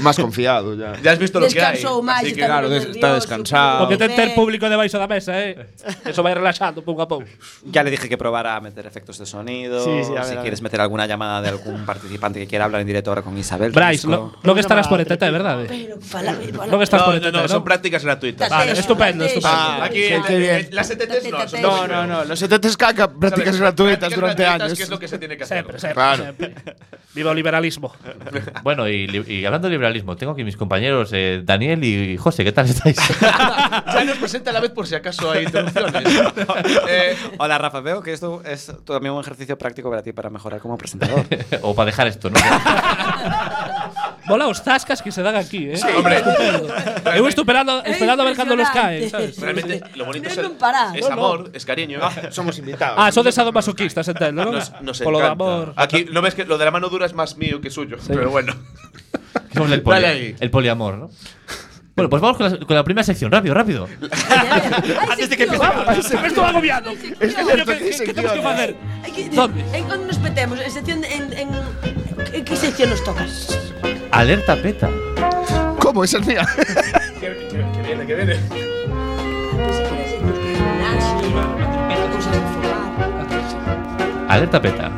Más confiado ya. Ya has visto lo que hay. Descansou máis, Así que, está claro, moi des- nervioso, está descansado. Porque ten ter Ben. público debaixo da mesa, eh. Eso vai relaxando pouco a pouco. Ya le dije que probara a meter efectos de sonido. Sí, sí, a ver, a si ver. quieres meter alguna llamada de algún participante que quiera hablar en directo ahora con Isabel. Bryce, Risco. lo, lo que estarás por ETT, verdade? Pero falame, Lo que estás No, por no, ETT, no, son ¿no? prácticas gratuitas. Vale, estupendo, estupendo. Ah, aquí, eh, Las ETTs E no, son No, no, no. Los ETTs caca, prácticas gratuitas durante años. ¿Qué es lo que se tiene que hacer? Sempre, sempre, Claro. sempre. Viva o liberalismo. Bueno, y, li- y hablando de liberalismo, tengo aquí mis compañeros eh, Daniel y José. ¿Qué tal [LAUGHS] [LAUGHS] estáis? [LAUGHS] ya nos presenta a la vez por si acaso hay [LAUGHS] interrupciones. Eh, Hola Rafa, veo que esto es también un ejercicio práctico para ti para mejorar como presentador. [LAUGHS] o para dejar esto, ¿no? Mola os tascas que se dan aquí, eh. Sí, hombre. Estupendo. Eu esperando, esperando a ver cando los caen, sabes? realmente lo bonito No es, es el- un pará. es amor, es cariño. Somos invitados. Ah, son de sadomasoquistas, entendo, ¿no? Nos, nos Polo de encanta. amor. Aquí, ¿no ves que lo de la mano dura es más mío que suyo? Pero bueno. Que Somos Dale el, poli- ahí. el poliamor, ¿no? Bueno, pues vamos con la, con la primera sección. Rápido, rápido. Antes de que empezamos. Me estou agobiando. Es que Teño que- que- que temos que facer? ¿Dónde? En onde eh, nos metemos? En sección de- en en en que sección nos tocas? Alerta peta. ¿Cómo? Esa es mía. Que viene, que viene. Alerta peta.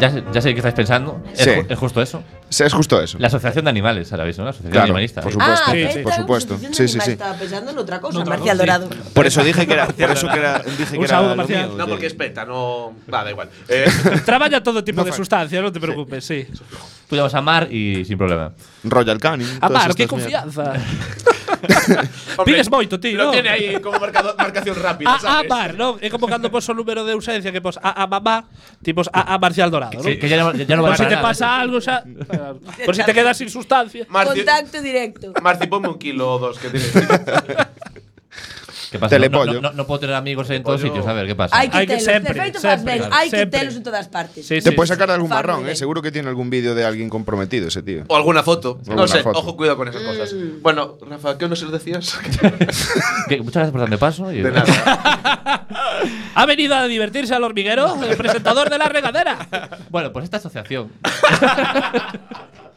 Ya, sé- ya sé que estáis pensando. Es, Sí. ju- es justo eso. Sí, es justo eso. La Asociación de Animales, ahora mismo, ¿no? La Asociación Claro, Animalista. por ¿eh? supuesto. ah, Sí, esta sí, era por una supuesto. sección de Sí, sí, animal, sí. Estaba pensando en otra cosa, Marcial Dorado. Por eso dije que era. Por eso que era. Dije que Un era. saludo, lo Marcial. mío, No, oye. porque es peta, no. Va, da [LAUGHS] igual. Eh, Traballa todo tipo No de falla. sustancias, no te preocupes, sí. Tú llamas a Mar y sin problema. Royal Canin. todas Amar, qué estas mierdas. confianza. hombre, Pides moito, tío. Lo ¿no? tiene ahí como marcado- marcación rápida, A, a ¿sabes? Mar, ¿no? É como cando pos o número de ausencia que pos a, a mamá, tipos a, a Marcial Dorado, ¿no? Que, que ya, no- ya no Por vale si para te nada. pasa algo, xa… Por si te quedas sin sustancia. Marci, Contacto directo. Marci, ponme un kilo o dos que tienes. ¿Qué pasa? No- No, Telepollo. no- no puedo tener amigos en todos sitios. A ver, ¿qué pasa? Hai que Hai que telos, sempre, de feito faz sempre, ben, claro, hai que sempre. telos en todas partes. Sí, sí. Te puedes sacar de algún marrón, Farrulle. ¿eh? Seguro que tiene algún vídeo de alguien comprometido ese tío. O alguna foto. Alguna no sé, foto. ojo, cuidado con esas cosas. Bueno, Rafa, ¿qué nos decías? Que- Muchas gracias por darme paso. y- De [LAUGHS] nada. [LAUGHS] Ha venido a divertirse al hormiguero, el presentador de la regadera. Bueno, pues esta asociación [LAUGHS]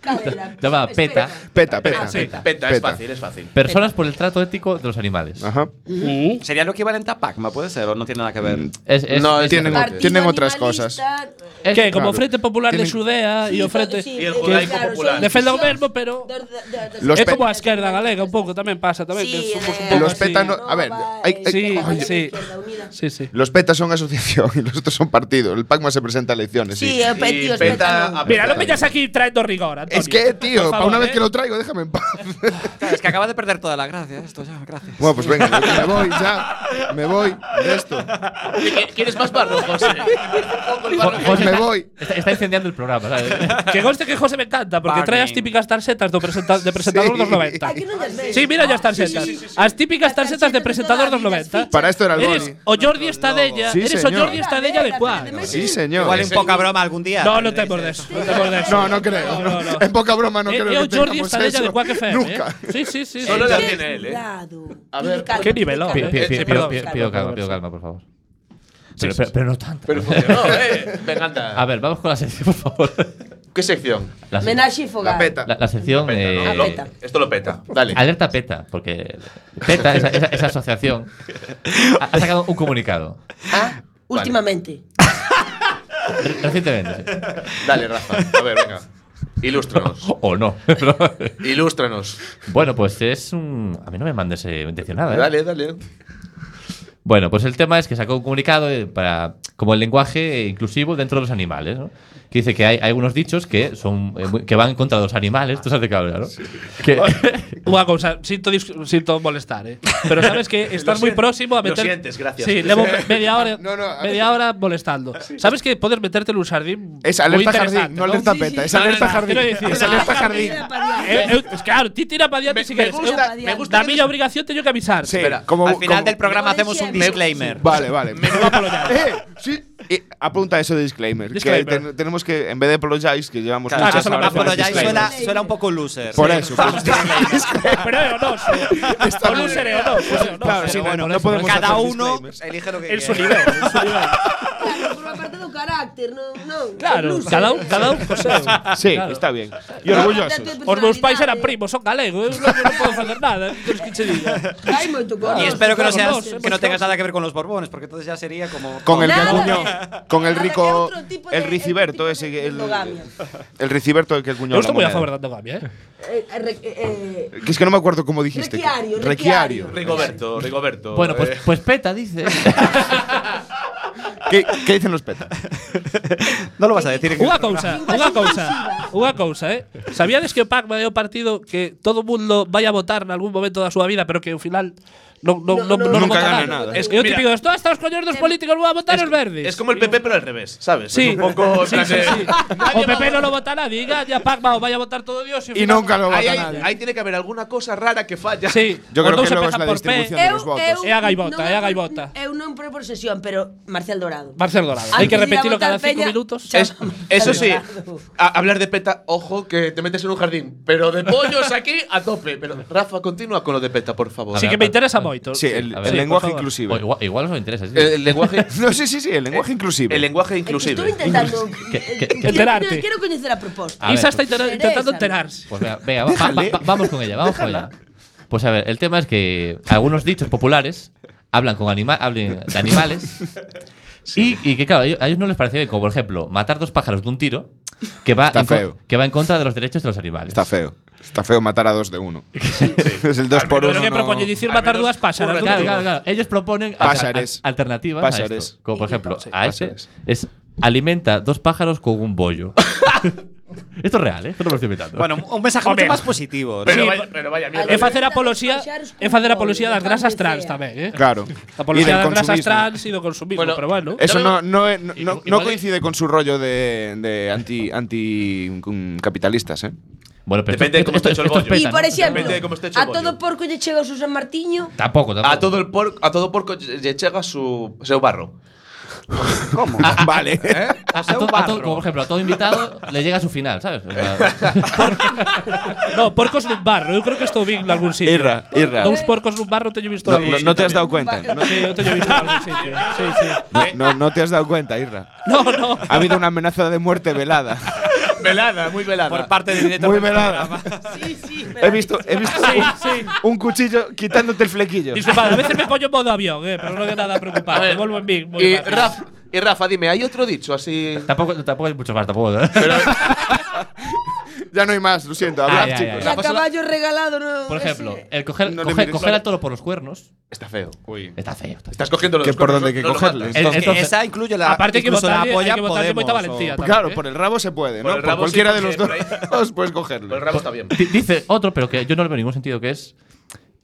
Cadera. Llamada Espera. PETA. Peta, peta. Ah, peta. Peta, es Peta. fácil, es fácil. Personas por el trato ético de los animales. Ajá. Sería lo equivalente a Pacma, puede ser, o no tiene nada que ver. Es, es- No, es- tienen- Partido Tienen otras Animalista, es- Que como Claro. Frente Popular de Tienen- Xudea sí, e o Frente… sí, Y el eh, judaico claro, popular. son- Defende o son- mesmo, pero- dos- dos- dos- Los É pe- como a esquerda galega, un pouco tamén pasa tamén que Sí, somos un eh, pouco Los así. peta no- a ver, hay- hay- Sí, Nova, eh, sí. Izquierda Unida. Sí, sí. Los petas son asociación y los otros son partidos. El PACMA se presenta a elecciones. Sí, eh, pe- Y tíos, peta- peta no. a- Mira, no me aquí traendo rigor, Antonio. Es que, tío, Por para favor, una vez ¿eh? que lo traigo, déjame en paz. [LAUGHS] Claro, es que acaba de perder toda la gracia esto ya, gracias. Bueno, pues venga, me voy ya. Me voy de esto. ¿Quieres más barro, [LAUGHS] José? Pues me está- voy. Está, está incendiando el programa, ¿sabes? Que conste que José me encanta, porque trae as típicas tarxetas do presenta de presentador Sí. dos 90. Aquí non desveis. Sí, mira as Ah, tarxetas. Sí, sí, sí, sí. As típicas tarxetas de presentador dos 90. Para esto era el Eres boli. o Jordi está della, Sí, eres o señor. Jordi está della de cuál. Sí, señor. Igual en poca broma algún día. No, no temos de eso. No temos de eso. No, no No, creo. no, no. En poca broma no Eh, creo eh, o que Jordi tengamos está della eso. de cuál que fe. Nunca. ¿eh? Sí, sí, sí. Solo sí. la tiene él, ¿eh? A ver, qué nivel, Pi- pi- eh, pi- eh, pido, perdón, Carlos, pido- pido calma, perdón, pido sí. calma, por favor. Pero, pero- pero no tanto. Pero funcionó, ¿eh? Me encanta. A ver, vamos con la sección, por favor. ¿Qué sección? La, se- Menaxe e Fogar. peta. la- la sección. eh, Lo- peta. esto lo Ah, peta. Dale. Alerta PETA, porque PETA, esa, esa- esa asociación, ha, ha sacado un comunicado Ah, últimamente. re- recientemente. Dale, Rafa. A ver, venga. [LAUGHS] Ilústranos. O no. Ilústranos. bueno, pues es un. A mí no me mandes eh, mención nada. ¿eh? Dale, dale. Bueno, pues el tema es que sacó un comunicado eh, para como el lenguaje inclusivo dentro de los animales, ¿no? Que dice que hay, hay algunos dichos que son eh, muy- que van contra los animales, tú sabes de qué hablo, ¿no? Que- Unha cousa, sinto, dis- sinto molestar, eh. Pero sabes [LAUGHS] que estás muy siento. próximo a Lo meter… sientes, gracias. Sí, [LAUGHS] levo me- media hora, No, no, a media ver. hora molestando. Sabes que podes meterte en un xardín Es moi alerta interesante, jardín, no alerta Sí, sí. peta. Es No, no, alerta no, jardín. quiero decir- Es [LAUGHS] alerta Ah, jardín. mira, para allá. Eh, eh, claro, ti tira para diante si me quieres. gusta, Eu- me Da gusta. que miña obligación teño que avisar. Sí, Espera, como- Al final como- del programa hacemos un Me- disclaimer. Vale, vale. [LAUGHS] eh, sí. Eh, apunta eso de disclaimer. Que Disclaimer. ten- tenemos que, en vez de apologize, que llevamos Claro, muchas eso lo horas vamos a haciendo ya apologize, suena, disclaimer. suena un poco loser. Por eso. pues, [LAUGHS] Pero eh, é onoso. O non seré onoso. Claro, sí, no, no podemos Cada hacer uno [LAUGHS] disclaimers. elige lo que En quiere. su nivel, en su nivel. Claro, forma parte do carácter, non? non Claro, Son luces. cada un, cada un co seu. Sí, está [LAUGHS] bien. Y orgullosos. Parte da tua Os meus pais eran personalidade. primos, son galegos, eh, eu non, non podo facer nada, que os que che [LAUGHS] diga. Hai moito con Y nós, espero que no, con seas, nós, eh, que no moito tengas con nós. nada que ver con los Borbones, porque entonces ya sería como. Con el que Nada, cuñó. Con el nada, rico. que otro tipo de- El riciberto otro tipo ese. de que- El, endogamia. el riciberto el que cuñó. Eu la estou moi a moneda. favor da endogamia, eh. Eh, eh, re- eh, eh, Que es que no me acuerdo cómo dijiste. Requiario, Requiario. Rigoberto, Rigoberto. bueno, pues, eh, pues PETA dice. ¿Qué, qué dicen los peta? No lo vas a decir en Unha cousa, Linguaxe unha cousa, inclusiva. unha cousa, eh. Sabíades que o PACMA é o partido que todo mundo vai a votar nalgún momento da súa vida, pero que ao final non non No, no, non, non nunca votarán. gana nada. É o típico, estou hasta os coños dos políticos, vou a votar os verdes. es como el PP, pero al revés, ¿sabes? Sí, Es un poco. en sí, plan sí, de- [LAUGHS] sí. O PP non lo vota nadie, diga, ya Pacma o vaya a votar todo Dios. Y nunca lo Ahí, vota hay- nadie. ahí tiene que haber alguna cosa rara que falla. Sí, Yo os creo dous que se luego es pejan la por distribución P. de los votos. É a gaivota, non é a é- gaivota. Eu non por posesión, pero Marcial Dorado. Marcel Dorado. Antes Hay que de ir a repetirlo votar cada cinco Peña, minutos. chao. Es- eso sí, Dorado. a- hablar de peta, ojo que te metes en un jardín. Pero de pollos aquí a tope. Pero Rafa, continúa con lo de peta, por favor. Sí que me interesa moito. Sí, el, A el ver, sí, lenguaje por favor. inclusivo. [LAUGHS] O igual, igual os interesa. sí. El, el lenguaje. [LAUGHS] Eh, No, sí, sí, sí, el lenguaje inclusive. El lenguaje É que Estou inclusive. intentando eh, que- Quero- enterarte. Quero coñecer a proposta. A ver, Isa está pues- intera- Teresa. intentando enterarse. Pues venga, venga, va- va- va- vamos con ella, vamos con ella. Pues a ver, el tema es que algunos dichos populares hablan con anima hablan de animales. Y, y que claro, a ellos, a ellos no les parece bien, como por ejemplo, matar dos pájaros de un tiro, que va, Está en, co- feo. que va en contra de los derechos de los animales. Está feo. Está feo matar a dos de uno. [LAUGHS] es el dos por Pero uno. que propoñe No. dicir Al matar menos dúas páxaras. Claro, claro, claro. Ellos proponen alter- Pájaros. al- alternativas a esto. Pájaros. Como por ejemplo, a este pájaros. es alimenta dos pájaros con un bollo. esto es real, ¿eh? Esto no me lo estoy inventando. Bueno, un mensaje mucho más positivo. Pero, ¿no? vaya, pero vaya mierda. É facer apoloxía, é facer apoloxía das Bastante grasas trans fea. tamén, eh? Claro. A apoloxía das del grasas consumismo. trans e do consumismo, Bueno, pero bueno. Eso no, Dame- no, Igual- no- no- no coincide con su rollo de, de anti, anti mm, capitalistas, ¿eh? Bueno, pero Depende de cómo esté hecho el esto es bollo. E, peta, por ¿no? exemplo, Depende de como esté hecho a o todo bollo. porco lle chega o Susan Martiño Tampoco, tampoco. A todo el porco, a todo porco lle chega su seu barro. ¿Cómo? vale. A- a sea, un todo- a todo- barro. como por ejemplo, a todo invitado le llega a su final, ¿sabes? O sea, [LAUGHS] [LAUGHS] No, porcos nun barro. Eu creo que estou bien en algún sitio. Irra, irra. Dous porcos nun barro teño visto No, en algún no- no te has dado cuenta. No, Sí, eu teño visto en algún sitio. Sí, sí. no- no te has dado cuenta, Irra. No, no. Ha habido una amenaza de muerte velada. Velada, muy velada. Por parte del director. Muy del velada. programa. Sí, sí, He visto, he [LAUGHS] visto Sí, un, sí. un cuchillo quitándote el flequillo. Disculpad, a veces me poño en modo avión, eh, pero non é nada A preocupante. ver, Volvo en mí. moi y rápido. Rafa, y Rafa, dime, ¿hay otro dicho así? tampoco, tampoco hay mucho más, tampoco. ¿eh? Ya no hay más, lo siento. Ah, Hablad, ya, ya, chicos. ya. A caballo regalado, ¿no? eh, Por ejemplo, Ese- el coger, No le coger, mires, coger claro. a toro por los cuernos. Está feo. Está feo. está Estás cogiendo los Que por cuernos, donde hay que no- no lo cogerle. matas. feo. Es que Entonces- esa incluye la. aparte hay que incluso la votarle- hay apoya que votarle mucha Podemos, o- valentía también, Claro, ¿eh? por el rabo se puede, Por ¿no? el Por, rabo cualquiera sí, de los porque por [LAUGHS] dos puedes cogerle. Pues el rabo está bien. Di- Dice otro, pero que yo no le veo ningún sentido, que es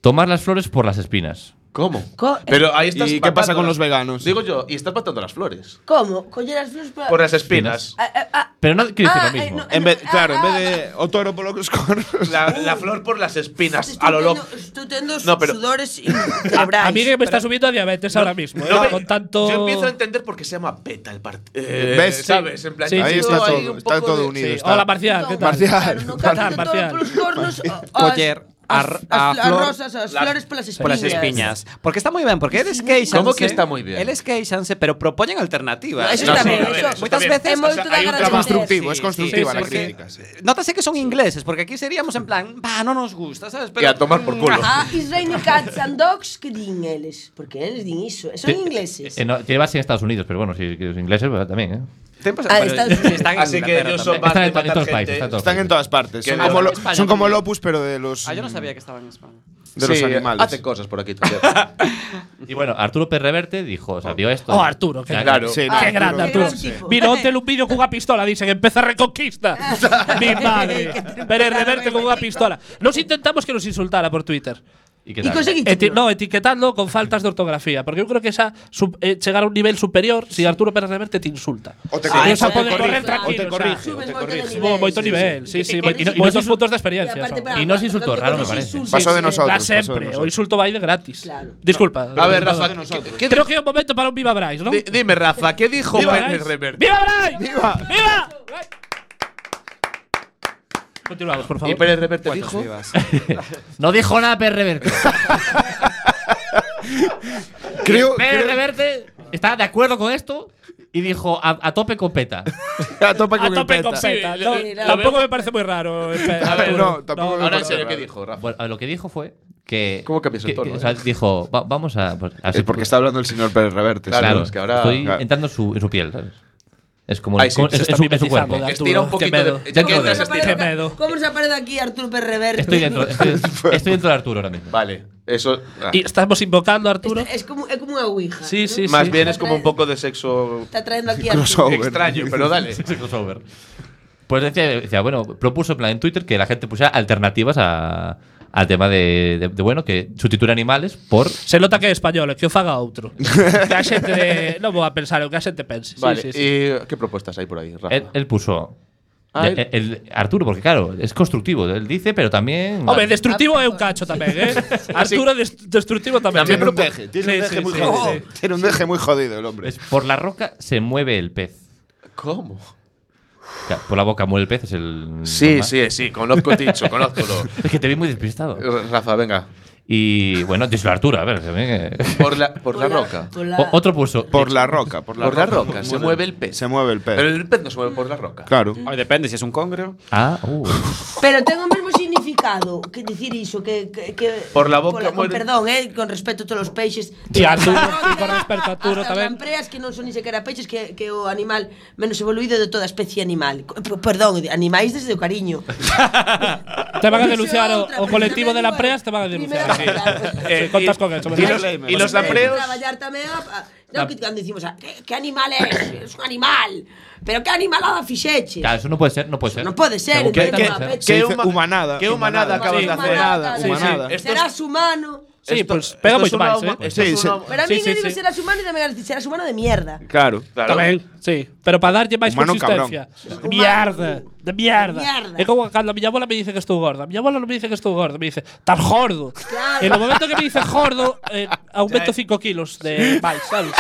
tomar las flores por las espinas. ¿Cómo? Co- eh, Pero ahí estás ¿Y qué pasa matando con los las- veganos? Digo yo, y estás matando las flores. ¿Cómo? Coger las flores para. Por las espinas. Ah, ah, ah. Pero no quiere decir Ah, lo eh, mismo. no, En vez- ah, claro, en ah, vez de o toro por los [LAUGHS] cornos. La, la flor por las espinas, Estoy a lo loco. teniendo- Estoy teniendo No, pero- sudores y A cerebrales. mí que me está subiendo a diabetes ahora mismo, ¿eh? No, con tanto. Yo empiezo a entender por qué se llama PETA el partido. ¿Ves? Sí. ¿Sabes? En plan, Sí, yo sí, Ahí sí. está hay todo, un está poco todo de- unido. sí. está. Hola, Parcial, ¿qué No, tal? Parcial. [LAUGHS] claro, no Parcial, capto todo parcial. por los cornos, o- o Coller as- a- as- a as flor- rosas, as las- flores por las Por espinas. las espiñas. Porque está muy bien, porque él es queixanse. ¿Cómo que está muy bien? Él es queixanse, pero propoñen alternativas. Eso No, está sí, bien, a ver, eso- eso Muchas está bien. veces o É sea, moito de hay un Es agradecer. trabajo. constructivo, es constructiva sí, la sí, crítica. sí. Nótase que son ingleses, porque aquí seríamos en plan, va, no nos gusta, ¿sabes? Pero, Y a tomar por culo. [LAUGHS] Ah, is raining cats and dogs que din eles, porque eles din iso, e son Te- ingleses. Eh, no, te llevas en Estados Unidos, pero bueno, si que los ingleses pues, también, ¿eh? Ten pas- Ah, pero- Estados Unidos. están en Así que Inglaterra yo soy también. más Están de en to- matar en todos gente. los países, están en todos Están en todas partes. Son como, lo- España son como el también. opus, pero de los, Ah, yo no sabía que estaba en España. de los Sí, animales. Hace cosas por aquí también. Y bueno, Arturo Perreverte dijo, o sea, vio esto. Oh, Arturo, qué Ya, claro. Sí, Qué no, grande, Arturo. Arturo. gran tipo. Mira, un vídeo con una pistola, dicen, empieza a reconquista. [LAUGHS] Mi madre. Pero es reverte con una pistola. Nos intentamos que nos insultara por Twitter. ¿Y qué E tal? conseguiste. Eti- no, etiquetadlo con faltas de ortografía, porque yo creo que esa sub- eh, llegar a un nivel superior si Arturo Pérez Reverte te insulta. O te Sí, corrige, o sea, o te poder corrige, correr o te tranquilo, corrige, o sea. Subes moito de Bo- nivel. moito nivel, sí, sí. E moito- corrixes y moitos moito. puntos de E experiencia. aparte, son. para- Y no se para- insultó para- raro, me para- parece. insultos, Pasó de eh, nosotros. Va Otros, paso de siempre, o nosotros. insulto va a ir de gratis. Claro. Disculpa. A ver, perdón. Rafa, ¿qué- qué- Creo que es un momento para un Viva Bryce, ¿no? di- dime, Rafa, ¿qué dijo ¡Viva Pérez Bryce! Reverte? ¡Viva Bryce! ¡Viva! ¡Viva! Continuamos, por Y favor. Pérez Reverte dijo. No dijo nada [LAUGHS] Perreverte. Creo, Pérez creo Reverte estaba de acuerdo con esto y dijo, a, a tope con PETA. [LAUGHS] a tope A con el tope con peta. PETA. No, sí, la- tampoco me parece muy raro. A ver, no, tampoco me Ahora en parece serio, ¿qué raro. dijo, Rafa? Bueno, a ver, lo que dijo fue que. ¿Cómo cambias el que- tono, que, o sea, eh? dijo, "Va- vamos a. pues, a- Es porque está hablando el señor Pérez Reverte. Claro, Claro, es que ahora- estoy claro. entrando en su, en su piel, ¿sabes? Es como. Ay, sí, como- se es, está es su, es su mimetizando, cuerpo. Arturo, Estira un qué poquito pedo. de. Ya que Dentro de entras, este. estira. Qué medo. Como se aparece aquí Arturo Pérez Reverte? Estoy dentro, [LAUGHS] estoy, estoy dentro de Arturo ahora mismo. Vale, eso. ah. Y estamos invocando a Arturo. Es como, es como una ouija. Sí, sí, Más sí. bien es como un poco de sexo Está trayendo aquí a Arturo. Crossover. extraño, pero [LAUGHS] dale. Ese crossover. Pues decía, decía, bueno, propuso en plan en Twitter que la gente pusiera alternativas a- al tema de, de- de, bueno, que sustituir animales por. Se nota que é español, é que o faga outro. que a xente de, non vou a pensar o que a xente pense. Sí, Vale, sí, sí. ¿y qué propuestas hay por ahí, Rafa? Él, él puso. Ah, el- el- Arturo, porque claro, es constructivo. Él dice, pero también. Home, destructivo é un cacho tamén, [LAUGHS] eh? Arturo dest- destructivo tamén. Tiene un deje, tiene Sí, un sí, deje muy sí, jodido. sí. Tiene un deje muy jodido el hombre. es por la roca se mueve el pez. ¿Cómo? O sea, por la boca mueve el pez, es el. Sí, normal. sí, sí, conozco a Ticho, conozco. Es que te vi muy despistado. [LAUGHS] Rafa, venga. Y bueno, díselo a Arturo, a ver. también, eh. Por la, por la roca. Por la- O- otro puso. Por la roca. Por la, Por la roca, se mueve el pez. Se mueve el Pero pez. el pez no se mueve por la roca. Claro. Ay, depende si es un congrio. Ah, [LAUGHS] uh. Pero ten o mesmo significado que dicir iso que, que, que Por la boca con muere. perdón, eh, con respecto a todos os peixes. Sí, a Arturo, y con respecto a Arturo hasta as tamén. lampreas que non son ni sequera peixes que que o animal menos evoluído de toda a especie animal. Co- p- Perdón, de- animais desde o [LAUGHS] cariño. Te van a denunciar o, Outra, o colectivo de primeira la preas, te van a primeira denunciar. Sí. palabra. Sí, contas con eso. Eh, y los, y los lampreos. Traballar tamén a, a non, que cando dicimos, ah, que, que animal é? Es un animal. Pero que animalada fixeche? Claro, eso no puede ser, no puede ser. No puede ser, Según ¿qué- cuentan, qué- no puede ser. Se dice huma- humanada, ¿Qué humanada humanada. acabas Sí, de hacer? humanada, sí, Humanada. Esto sí. es- Serás humano. Sí, esto- pues esto pega es moito una máis, huma- eh. esto es Sí, una- Pero a Sí, mí sí, no digo sí. serás humano y también dices, serás humano de mierda. Claro. Claro. Tamén, sí. Pero para darlle máis Humano consistencia. cabrón. Mierda, de mierda. De mierda. É como cando a miña abuela me dice que estou gorda. A miña abuela non me dice que estou gorda, me dice, estás gordo. Claro. En o momento que me dice gordo, eh, aumento 5 kilos de máis, sabes?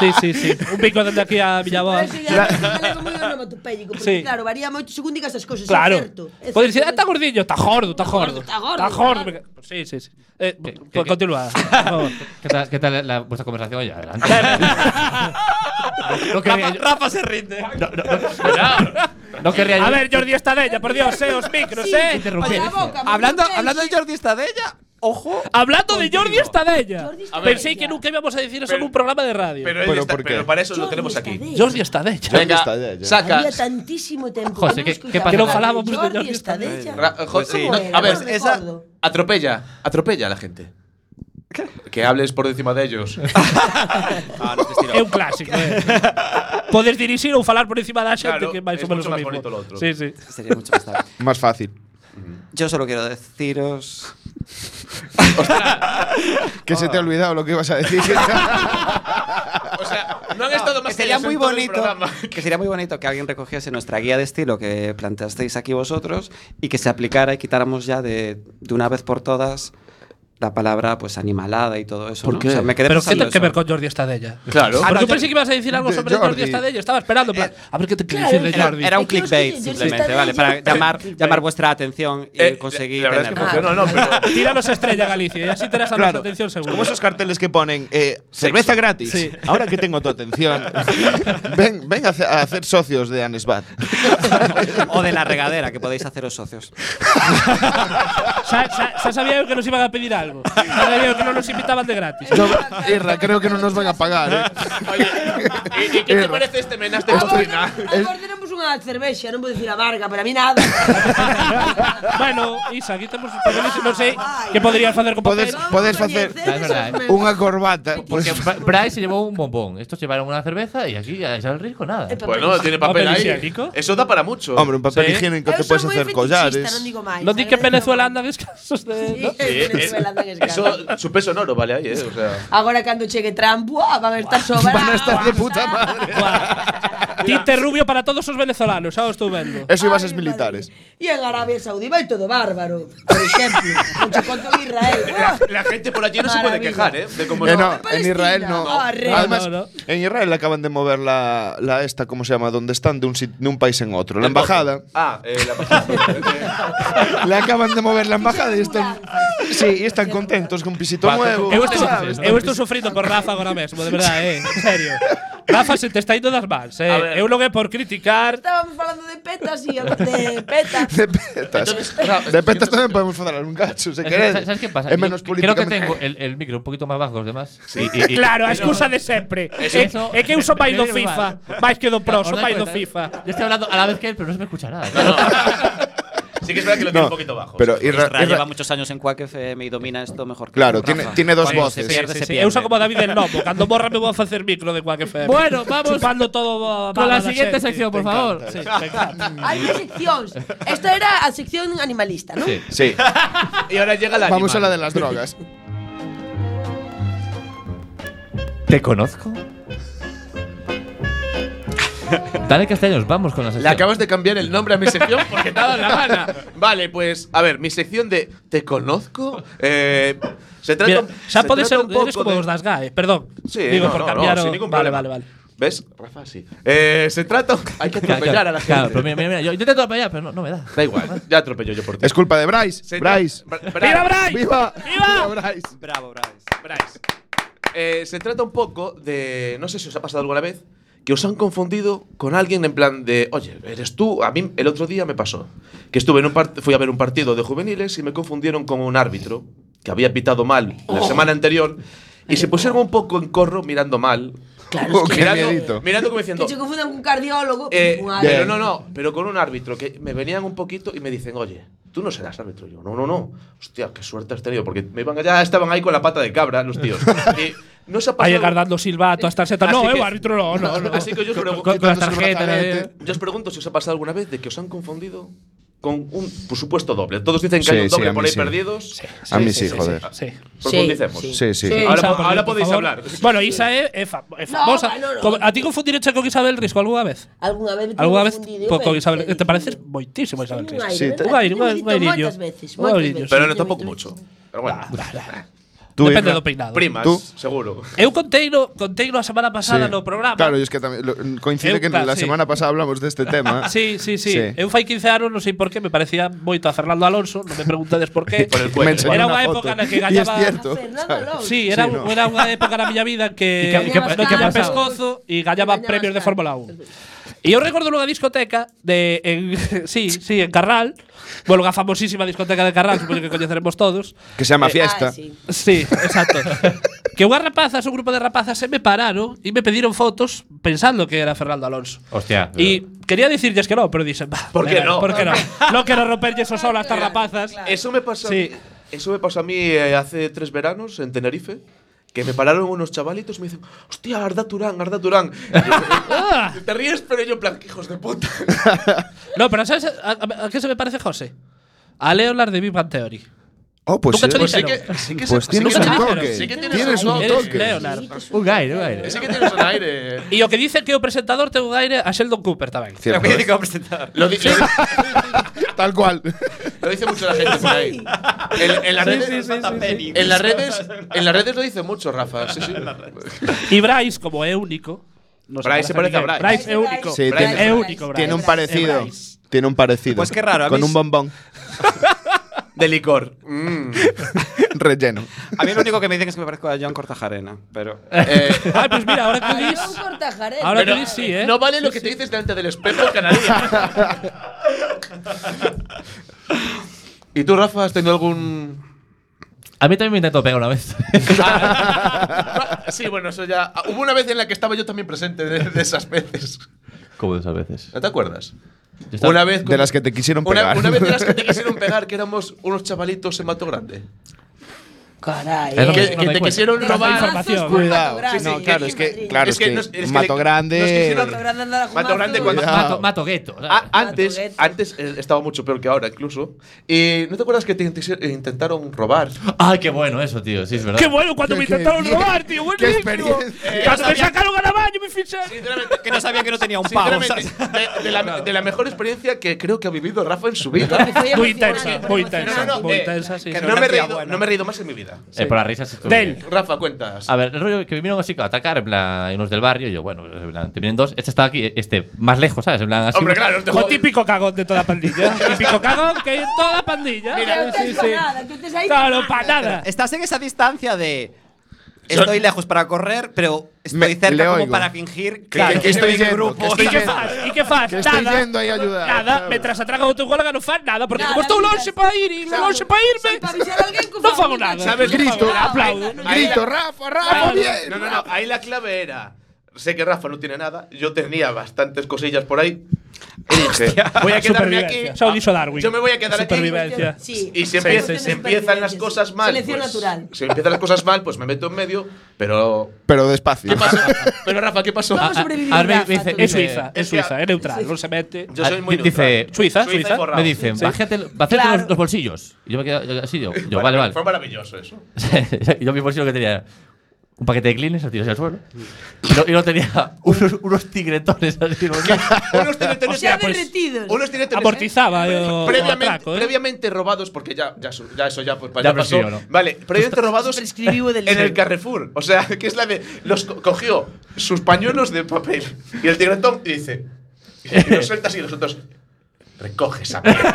Sí, sí, sí. Un pico dende aquí a miña Pero abuela. eso ya es algo muy onomatopéyico, porque Sí. claro, varía moito según digas as cousas, é Claro. certo. É Podes dicir, certo. ah, está gordiño, está gordo, está gordo. Está gordo, Está está gordo. gordo. me- Sí, sí, sí. Eh, que- continúa, por favor. ¿Qué tal, qué tal la- vuestra conversación? Oye, adelante. No- no querría yo- se rinde. no- no- no- no querría yo- A ver, Jordi, está de ella, por Dios, eh, os micros, Sí. eh. Oye, la boca, Hablando, montón de hablando de peixes. Jordi Estadella, ojo. Hablando de Jordi Estadella. Estadella. Pensé que nunca íbamos a decir eso en un programa de radio. Pero, él está- pero para eso lo tenemos aquí. Jordi Estadella. Venga, saca. Había tantísimo tiempo José, que ¿qué- no qué escuchábamos pasa? Que no falábamos de Jordi Jordi Estadella. Ra- jo- ¿Cómo no, era? a ver, No esa recuerdo. atropella, atropella a la gente. Que hables por encima de ellos. É un clásico. eh. Podes dirixir ou falar por encima da xente Claro, que máis es ou menos mucho más o mismo. bonito lo otro. Sí, sí. Sería mucho más tarde. Más fácil. Yo solo quiero deciros. Que se te ha olvidado lo que ibas a [LAUGHS] decir. No han estado más que sería serios muy en todo el bonito programa. que sería muy bonito que alguien recogiese nuestra guía de estilo que planteasteis aquí vosotros y que se aplicara y quitáramos ya de, de una vez por todas la palabra pues animalada y todo eso ¿Por ¿no? qué? O sea, me quedé Pero ¿qué pensando ten que eso. ver con Jordi Estadella? Claro. Porque Ah, no, yo pensé Jordi- que ibas a decir algo de sobre Jordi, Jordi. Estadella. Estaba esperando. en plan, Eh, a ver qué te quiere claro, decir de Era, Jordi. era un ¿Qué os clickbait dice Jordi simplemente, Estadella? vale, para llamar, llamar vuestra atención y Eh, conseguir la verdad es que tenerla. funcionó, no, pero Tíranos a Estrella Galicia. Y así te la Claro. atención seguro. [LAUGHS] Como esos carteles que ponen eh, cerveza gratis. Sí. Ahora que tengo tu atención, [LAUGHS] ven, ven a, hacer- a hacer socios [LAUGHS] de Anesbat. [LAUGHS] o de la regadera que podéis [LAUGHS] haceros socios. Xa, xa, xa [LAUGHS] sabía eu que nos iban a pedir algo. Xa sabía eu que non nos invitaban de gratis. Irra, creo que no nos van a pagar. Oye, ¿y, y qué te parece este menaste de doctrina? Agora tenemos unha cervexa, non vou dicir a Varga, para mí nada. [LAUGHS] bueno, Isa, aquí temos os papeles. Non sei que poderías facer con papel. Podes, podes facer Coñecedes Es verdad, os ¿eh? meus. unha corbata. Porque Pues, Bra- Bryce se llevó un bombón. Estos llevaron una cerveza y aquí ya el riesgo nada. Eh, pa- Bueno, Pues tiene papel ¿Papel ahí. higiénico? Eso da para mucho. hombre, un papel Sí. higiénico Eu te sou puedes moi hacer fetichista, collares. Non digo máis. Non di que en agradezco. Venezuela andan escasos de… Sí, ¿no? Eh, eh, Venezuela andan eso, escasos. su peso en oro, vale ahí, eh. O [LAUGHS] sea. Agora cando chegue Trump, buah, van a estar sobrados. [LAUGHS] [LAUGHS] Van a estar de puta madre. Tinte rubio para todos os venezolanos, xa o estou vendo. Eso y bases Ay, militares. madre. E en Arabia Saudí vai todo bárbaro. Por exemplo, non che conto de Israel. [LAUGHS] La, la gente por allí no se puede quejar, Maravilla. eh. De cómo Eh, [LAUGHS] no. no, en Palestina. Israel no. Arre. Además, No, no. en Israel acaban de mover la, la esta, ¿cómo se llama? Donde están de un, sit- de un país en otro. La embajada. Ah, eh, la embajada. Le acaban de mover la embajada y están, Ambulancias. sí, y están contentos con pisito Pato. nuevo. [LAUGHS] Eu estou, ¿sabes? eu estou sufrindo por Rafa agora mesmo, de verdade, eh. En [LAUGHS] serio. Rafa se te está indo das mans, A eh. ver. Eu non é por criticar. Estábamos falando de petas e de petas. De petas. Entonces, de petas también podemos falar un cacho, Es se que, queréis. ¿Sabes sabes qué pasa? Es menos Yo creo que políticamente- tengo [LAUGHS] el, el micro un poquito más bajo que los demás. Y- y- y- Claro, a excusa de sempre. Eso- É, é que eu son máis do Menos mal. FIFA, máis que do ¿Os Pro, son dais máis do cuenta? FIFA. Yo estoy hablando a la vez que él, pero no se me escucha nada. sí que es verdad que lo tiene No, un poquito bajo. Pero sí. Irra- Israel Irra- lleva muchos años en Quack FM y domina esto mejor que Claro, tú, tiene, Rafa. tiene dos Cuando Se voces. pierde, se pierde. Eu son como David el Lobo, cando morra me vou a facer micro de Quack FM. Bueno, [LAUGHS] vamos chupando todo con la siguiente sección, por favor. Hai máis seccións. Esta era a sección animalista, non? Sí. Sí, Y ahora llega la. vamos a la de las drogas. ¿Te conozco? Dale Castellanos, vamos con la Le sección. acabas de cambiar el nombre a mi sección porque te ha dado la gana. Vale, pues, a ver, mi sección de ¿Te conozco? Eh, se trata. Mira, xa se pode trata ser un poco eres como de- os das GAE, perdón. Sí, Digo no, por no, cambiar no, sin o- ningún Vale, problema. vale, vale. ¿Ves? Rafa, sí. Eh, se trata. [LAUGHS] Hay que Claro, atropellar a la gente. claro, pero mira, mira, mira, yo yo intento atropellar, pero no, no me da. Da igual, ya atropello yo por ti. Es culpa de Bryce. Se- Bryce. Bra- ¡Viva Bryce! ¡Viva! ¡Viva! Bryce! Bravo, Bryce. Bryce. Eh, se trata un poco de. No sé si os ha pasado alguna vez que os han confundido con alguien en plan de. Oye, eres tú. A mí el otro día me pasó que estuve en un part- fui a ver un partido de juveniles y me confundieron con un árbitro que había pitado mal la semana anterior y se pusieron un poco en corro mirando mal. Claro, es que- Oh, Qué miedito. mirando, mirando como Que diciendo. che confundan cun cardiólogo, Eh, cun pero árbitro. no, no, pero con un árbitro que me venían un poquito y me dicen, oye, tú no serás árbitro. Yo, no, no, no. Hostia, qué suerte has tenido, porque me iban allá, estaban ahí con la pata de cabra los tíos. Y no se ha Vai pasado. llegar dando silbato hasta seta. No, Así eu que- árbitro no, no, no. Así que yo os pregunto, Con, con las Quitándose el tarjetas. brazalete. eh. yo os pregunto si os ha pasado alguna vez de que os han confundido con un, por supuesto, doble. Todos dicen que Sí, hay un sí, doble a mí por ahí sí. perdidos. Pues A mí sí, joder. Sí. Profundicemos. Sí, sí. Sí. Ahora, Isa, po- por ahora favor. podéis hablar. Bueno, Isa é, é, fa- é famosa. bueno, no. Como- A ti confundireche con Isabel Risco alguna vez? Algunha vez me tiño Alguna vez confundido, co- con pero- Isabel pero- Te pareces moitísimo a Isabel Risco. aire, Sí, ¿verdad? te- Un aire, un Yo me he aire, visto un airillo. moitas veces, Un moitas airillo. veces. Pero Yo no me tampoco he mucho. Pero bueno, Tú, Depende Irra. do peinado. primas, ¿Tú? seguro. Eu conteino, conteino a semana pasada Sí. no programa. Claro, y es que también lo- coincide Eu, que claro, la sí. semana pasada hablamos de este tema. [LAUGHS] Sí, sí, sí, Sí. Eu fai 15 anos, non sei por qué, me parecía moito a Fernando Alonso, non me preguntades por [LAUGHS] qué. Por el Me cuello. enseñó Era una una foto. época en la que Y ganaba- es [LAUGHS] cierto. A Fernando ¿sabes? Alonso. Sí, era, Sí, un- no. era unha época na miña vida que ¿Y qué- non qué- qué tiña pasaba? pescozo e gañaba Gañaba premios de bastante. Fórmula 1. E eu recordo nunha discoteca de en, [LAUGHS] sí, sí, en Carral, bueno, unha famosísima discoteca de Carral, supoño que coñeceremos todos. Que se Eh, llama Fiesta. Ah, sí. sí, exacto. que unhas rapazas, un grupo de rapazas se me pararon e me pediron fotos pensando que era Fernando Alonso. Hostia. E quería decirles que non, pero dixen, "Bah, ¿Por qué venga, no?" ¿Por [LAUGHS] qué no? no quero romperlle esos sol a estas rapazas. Eso me pasó. a mí- Sí. Eso me pasó a mí eh, hace tres veranos en Tenerife. Que me pararon unos chavalitos y me dicen, hostia, Arda Turán, Arda Turán. Y yo, Te ríes, pero yo, en plan, "Que hijos de puta. [LAUGHS] No, pero ¿sabes a, a- a qué se me parece José? A Leonard de Big Bang Theory. Oh, pues Nunca sí. te Pues sí dijeron. que- sí que Pues se- tienes Nunca un te toque. dijeron. Sí que tienes Tienes un un aire, toque. Leonard. Un aire, un aire. Ese que tienes un aire. [LAUGHS] Y lo que dice que el presentador te un aire a Sheldon Cooper también. Cierto. [LAUGHS] presentar. Lo, di- lo di- Tal cual. lo dice mucho la gente por ahí. En, en las redes, en las redes, en las redes lo dice mucho, Rafa. Sí, sí. Y Bryce, como es único. no Bryce se parece a ninguén. Bryce. Bryce es único. Sí, Bryce tiene- es único, Bryce. Tiene un parecido. Bryce. Tiene un parecido. Pues qué raro, a Con mí un sí- bombón De licor. Mm. [LAUGHS] relleno. A mí lo único que me dicen es que me parezco a John Cortajarena, pero. Eh, Ay, pues mira, ahora que Adiós, dis- Cortajarena. Ahora que dis, sí, ¿eh? No vale lo que te dices delante del espejo, canadía. [LAUGHS] ¿Y tú, Rafa, has tenido algún.? A mí también me intentó pegar una vez. sí, bueno, eso ya. ah, Hubo una vez en la que estaba yo también presente de, de esas veces. Como de esas veces. ¿No te acuerdas? Yo estaba- Una vez. De las que te quisieron una, pegar. una vez de [LAUGHS] las que te quisieron pegar, que éramos unos chavalitos en Mato Grande. Caray. Es lo Que, que- eh. no que me te cuento. quisieron Los robar. mazos con Mato Cuidado. no, Grande aquí claro, es en que, Madrid. claro, Es es que que, nos- es que Mato le- Grande. nos quisieron Mato Grande anda a Mato Grande cuando- Cuidado. Mato, mato gueto. ¿sabes? A- Ah, antes, Matogueto. antes eh, estaba mucho peor que ahora, incluso. Y ¿No te acuerdas que te inte- intentaron robar? Ay, qué bueno eso, tío. Sí, es verdad. Qué bueno cuando me intentaron robar, tío. qué Buenísimo. experiencia. Cuando me sacaron a la baño, me ficharon. que no sabía que no tenía un Sinceramente, de, de la, de la mejor experiencia que creo que ha vivido Rafa en su [LAUGHS] vida. Muy intensa, muy intensa, No, no, muy eh, intensa, sí. que sí. No me, he Tía reído, buena. no me he reído más en mi vida. Eh, por las risas estuvo Del. bien. Rafa, cuentas. A ver, el rollo que vinieron así a atacar, en plan, hay unos del barrio, y yo, bueno, en plan, te vienen dos, este estaba aquí, este, más lejos, ¿sabes? En plan, así. Hombre, claro, te O típico cagón de toda pandilla. típico cagón que hay en toda pandilla. Mira, sí, no te sí. nada, tú te has ido. Claro, para nada. Estás en esa distancia de. Estoy lejos para correr, pero estoy Me- le cerca como oigo. para fingir Que- que- que, que estoy en el yendo, grupo. que ¿Y estoy qué yendo. fas? ¿Y qué fas? Que estoy nada. yendo ahí a ayudar, Nada, claro. mientras atracan outro gol, non fan nada, porque Nada, como estou mira. lonxe para ir e Claro. lonxe para irme, Sí, para avisar a alguén que non fa fago unha nada. ¿Sabes? Non fago Grito. nada, aplaudo. Ahí- Grito, Rafa, Rafa, bien. No, no, no. Ahí la clave era. Sé que Rafa no tiene nada. Yo tenía bastantes cosillas por ahí. Y dije, voy a quedarme aquí. Supervivencia. Xa o dixo Darwin. Yo me voy a quedar aquí. Supervivencia. Sí. Y si, Sí, empieza- sí, sí. si empiezan las cosas mal. Selección pues, natural. Si empiezan las cosas mal, pues me meto en medio. Pero. Pero despacio. ¿Qué pasó? pero Rafa, ¿qué pasó? Vamos a sobrevivir. Rafa, todo É bien. Suiza, é Es que- Suiza, é neutral, non se mete. Yo soy muy Ah, Dice, neutral. Suiza, Suiza y Suiza. forrado. me dicen, bájate, bájate Claro. los, los bolsillos. Y yo me quedo yo- así, yo, yo, Bueno, vale, vale. Fue maravilloso eso. [LAUGHS] yo mi bolsillo que tenía era un paquete de clines, lo tiré hacia el suelo. Y no, y no tenía [LAUGHS] unos, unos tigretones así. [LAUGHS] en los- unos tiroteos Se ha pues, derretido. unos tiroteos Amortizaba o, o Pues, previamente, atraco, eh. previamente robados, porque ya, ya, su- ya eso ya, pues, Ya ya pasó. prescribió, ¿no? Vale, previamente robados Prescribió del en el libro. Carrefour. O sea, [LAUGHS] que es la de. Los co- cogió sus pañuelos de papel y el tigretón y dice. Y los sueltas y los otros. Recoge esa mierda.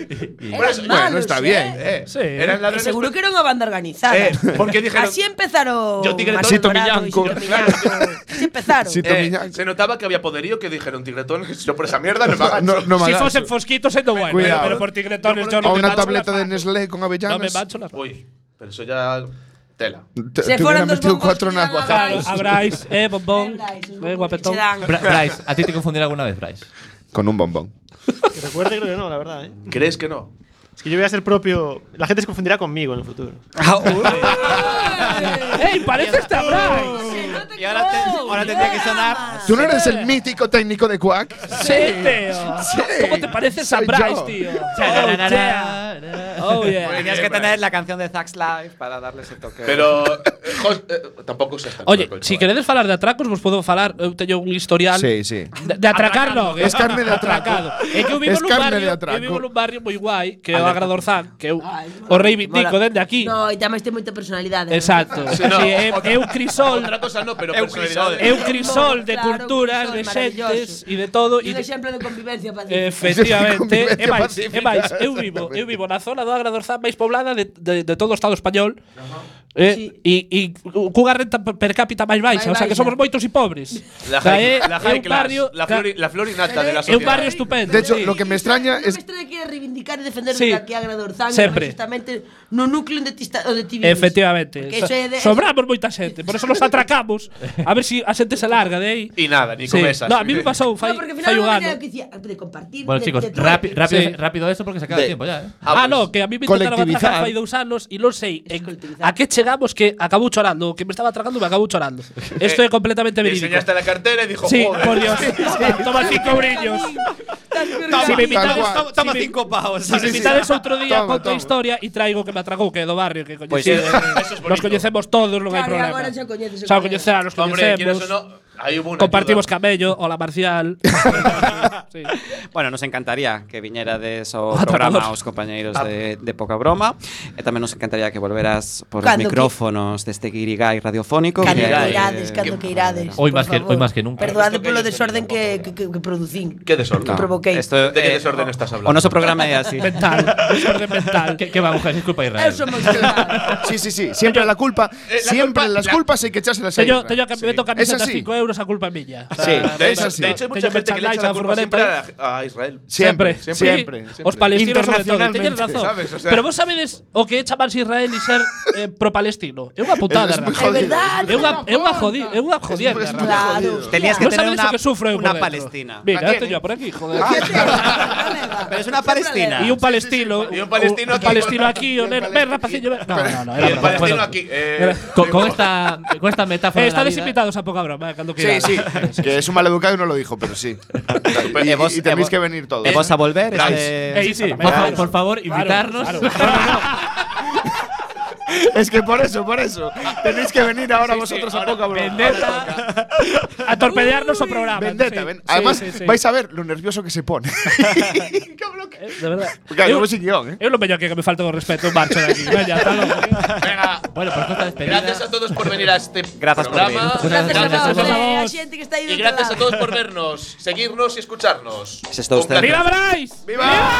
Eran Por eso- malos, bueno, está ¿eh? bien. Eh, Sí. Eran Que ladrones. pues, seguro que era unha banda organizada. Eh, porque dijeron- Así empezaron. Yo tigre Martín todo, Prado y Sito Sito [LAUGHS] Miñanco. Así empezaron. Sito- Eh, Tomiñán. se notaba que había poderío que dijeron tigretón, [LAUGHS] yo por esa mierda no me agacho". No, no me Si hagas. fosen fosquitos, é do bueno. Cuidado. Pero por tigretones, yo O non me una mancho tableta las de manos. Nestlé con Non me avellanas. mancho las manos. Uy, pero eso ya. Tela. Te- Se te fueron hubiera dos metido bombos cuatro que en eran agua. Claro, Bryce. a Bryce, eh, bombón, Bryce, un eh, grupo que guapetón. se dan. [LAUGHS] Bra- Bryce, a ti te confundieron alguna vez, Bryce. Con un bombón. Que recuerde, creo que no, la verdad, ¿eh? ¿Crees que no? Es que yo voy a ser propio. La gente se confundirá conmigo en el futuro. ¡Ey, parece este a Bryce! Y ahora, tendría que sonar. ¿Tú no eres el mítico técnico de Quack? Sí, tío. ¿Cómo te pareces a Eh, soy Bryce, yo. [LAUGHS] tío? Oh, yeah. Oh, yeah. [LAUGHS] Tenías que tener la canción de Zax Live para darle ese toque. Pero. [LAUGHS] eh, Jos- eh, tampoco se está. Oye, si queredes falar de atracos, pues vos podo falar, eu teño un historial Sí, sí. de, de atracar, non, eh? Es carne de atraco. Atracado. É que eu vivo Es nun carne de barrio, atraco. eu vivo nun barrio moi guai, que é o Agradorzán, que eu o reivindico dende aquí. No, e tamén ten moita personalidade. Exacto. Sí, no. Sí, é, é un crisol, Otra cosa no, pero Eu personalidades. é un crisol de Claro, culturas, crisol de maravilloso. xentes e de todo E e Eh, un exemplo de convivencia pacífica. Efectivamente, Convivencia é máis, é pacífica, máis, eu vivo, eu vivo na zona do toda la dorsal más poblada de, de- de todo o Estado español. Eh, E, e cunha renta per cápita máis baixa, Máis o sea que baixa. somos moitos e pobres. La O sea, high, é- la é high un class, barrio- la, ca- flor, la flor innata de la É sociedad. un barrio estupendo. De hecho, lo que me No extraña es. me extraña que reivindicar e defender Sí. sí. que a Dorzán Sempre. justamente no núcleo onde ti está, onde ti vives. Efectivamente. Porque eso é de- Sobramos moita xente, por eso nos atracamos. A ver si a xente se larga de aí. Y nada, ni Sí. con esas. No, a mí me pasou fai, no, porque al final fai un no ano. me que decía, de compartir. Bueno, de- chicos, de tú- rápi- rápido, Sí. rápido eso porque se acaba el De- tiempo ya, ¿eh? Ah, no, que a mí me intentaron atracar fai dous anos e non sei en, a que chegamos que acabou chorando, o que me estaba atracando me acabou chorando. [LAUGHS] Isto é [LAUGHS] completamente Le verídico. enseñaste la cartera y dijo, Sí, joder. por [LAUGHS] Dios. [LAUGHS] Toma cinco brillos. si Tal me invitades, cual. toma, Sí, sí. cinco pavos. Si me Sí, sí, invitades sí. outro día, Toma, conto a toma. historia e traigo que me atragou, que é do barrio, que Pois coñecido. eso- eso es nos bonito. coñecemos todos, non hai Claro, problema. agora xa coñeces, Xa o coñecemos, nos Hombre, quieras coñecemos. o no, ahí hubo una pues Compartimos camello, [LAUGHS] hola Marcial. Bueno, nos encantaría que [LAUGHS] viñerades ao O programa Atrapador. os compañeiros Ah. de, de Poca Broma e tamén nos encantaría que volveras por os Cando micrófonos deste Guirigay radiofónico Cando eh, que- que irades, cando que irades. Hoy por más que- favor. hoy más que nunca. Perdoade polo desorden que, que, que, que producín. ¿Qué desorden? Que provoquei. Esto, ¿De qué eh, desorden estás hablando? O noso programa é así. Mental, [LAUGHS] desorden mental. Que, que va, mujer, disculpa Israel. Sí, sí, sí. Siempre la culpa. siempre las culpelas hay que echárselas a Teño, teño Israel. que me Sí. toca Es camisetas así. 5 euros a culpa [LAUGHS] miña. O sea, Sí, De es hecho, así. de hecho hay mucha Teño gente que le echa la merchandise, culpa siempre furgoneta. a, la- a Israel. Siempre, Sí, Os palestinos sobre todo, teñen Internacionalmente. razón. ¿Sabes? O sea- Pero vos sabedes o que é chamarse Israel e ser eh, pro-palestino. É unha putada, Es- es moi Rafa. jodido. É verdad, É unha é unha jodi- é unha jodierna. es Rafa. moi Claro, jodido. Tenías que Non tener sabedes una- o que sufro eu por una dentro. Palestina. Venga, La teño por aquí, joder. Pero es una palestina. [LAUGHS] Y un palestino. Y un palestino un aquí. palestino aquí, o neno. Ven, rapaciño, ven. No, no, no. era Y el broma. palestino Bueno, aquí. eh, Con, con esta, con esta metáfora. Eh, de la Está vida- desinvitados a poca broma, eh, cando Sí, queira. sí. que es un maleducado y no lo dijo, pero sí. y, E vos- y tenéis e que vos- venir todos. e vos a volver, Guys. este- Sí, sí. Por, fa- por favor, invitarnos. Es que por eso, por eso. Tenéis que venir ahora vosotros a poca broma. A torpedear nuestro programa. Vendetta, sí. ven- Sí, Además, sí, sí. vais a ver lo nervioso que se [LAUGHS] pone. De verdad. Claro, Eu- no sin guión, ¿eh? Eu lo peño que que me falta con respeto, un marcho de aquí. Venga, hasta logo. venga, Bueno, pues esta despedida. gracias a todos por venir a este Gracias por programa. venir. Gracias a Gracias a vos, vos. eh, a xente que está aí Y do outro gracias a lado. todos por vernos, seguirnos y escucharnos. Se está usted- Un placer. ¡Viva Bryce! ¡Viva!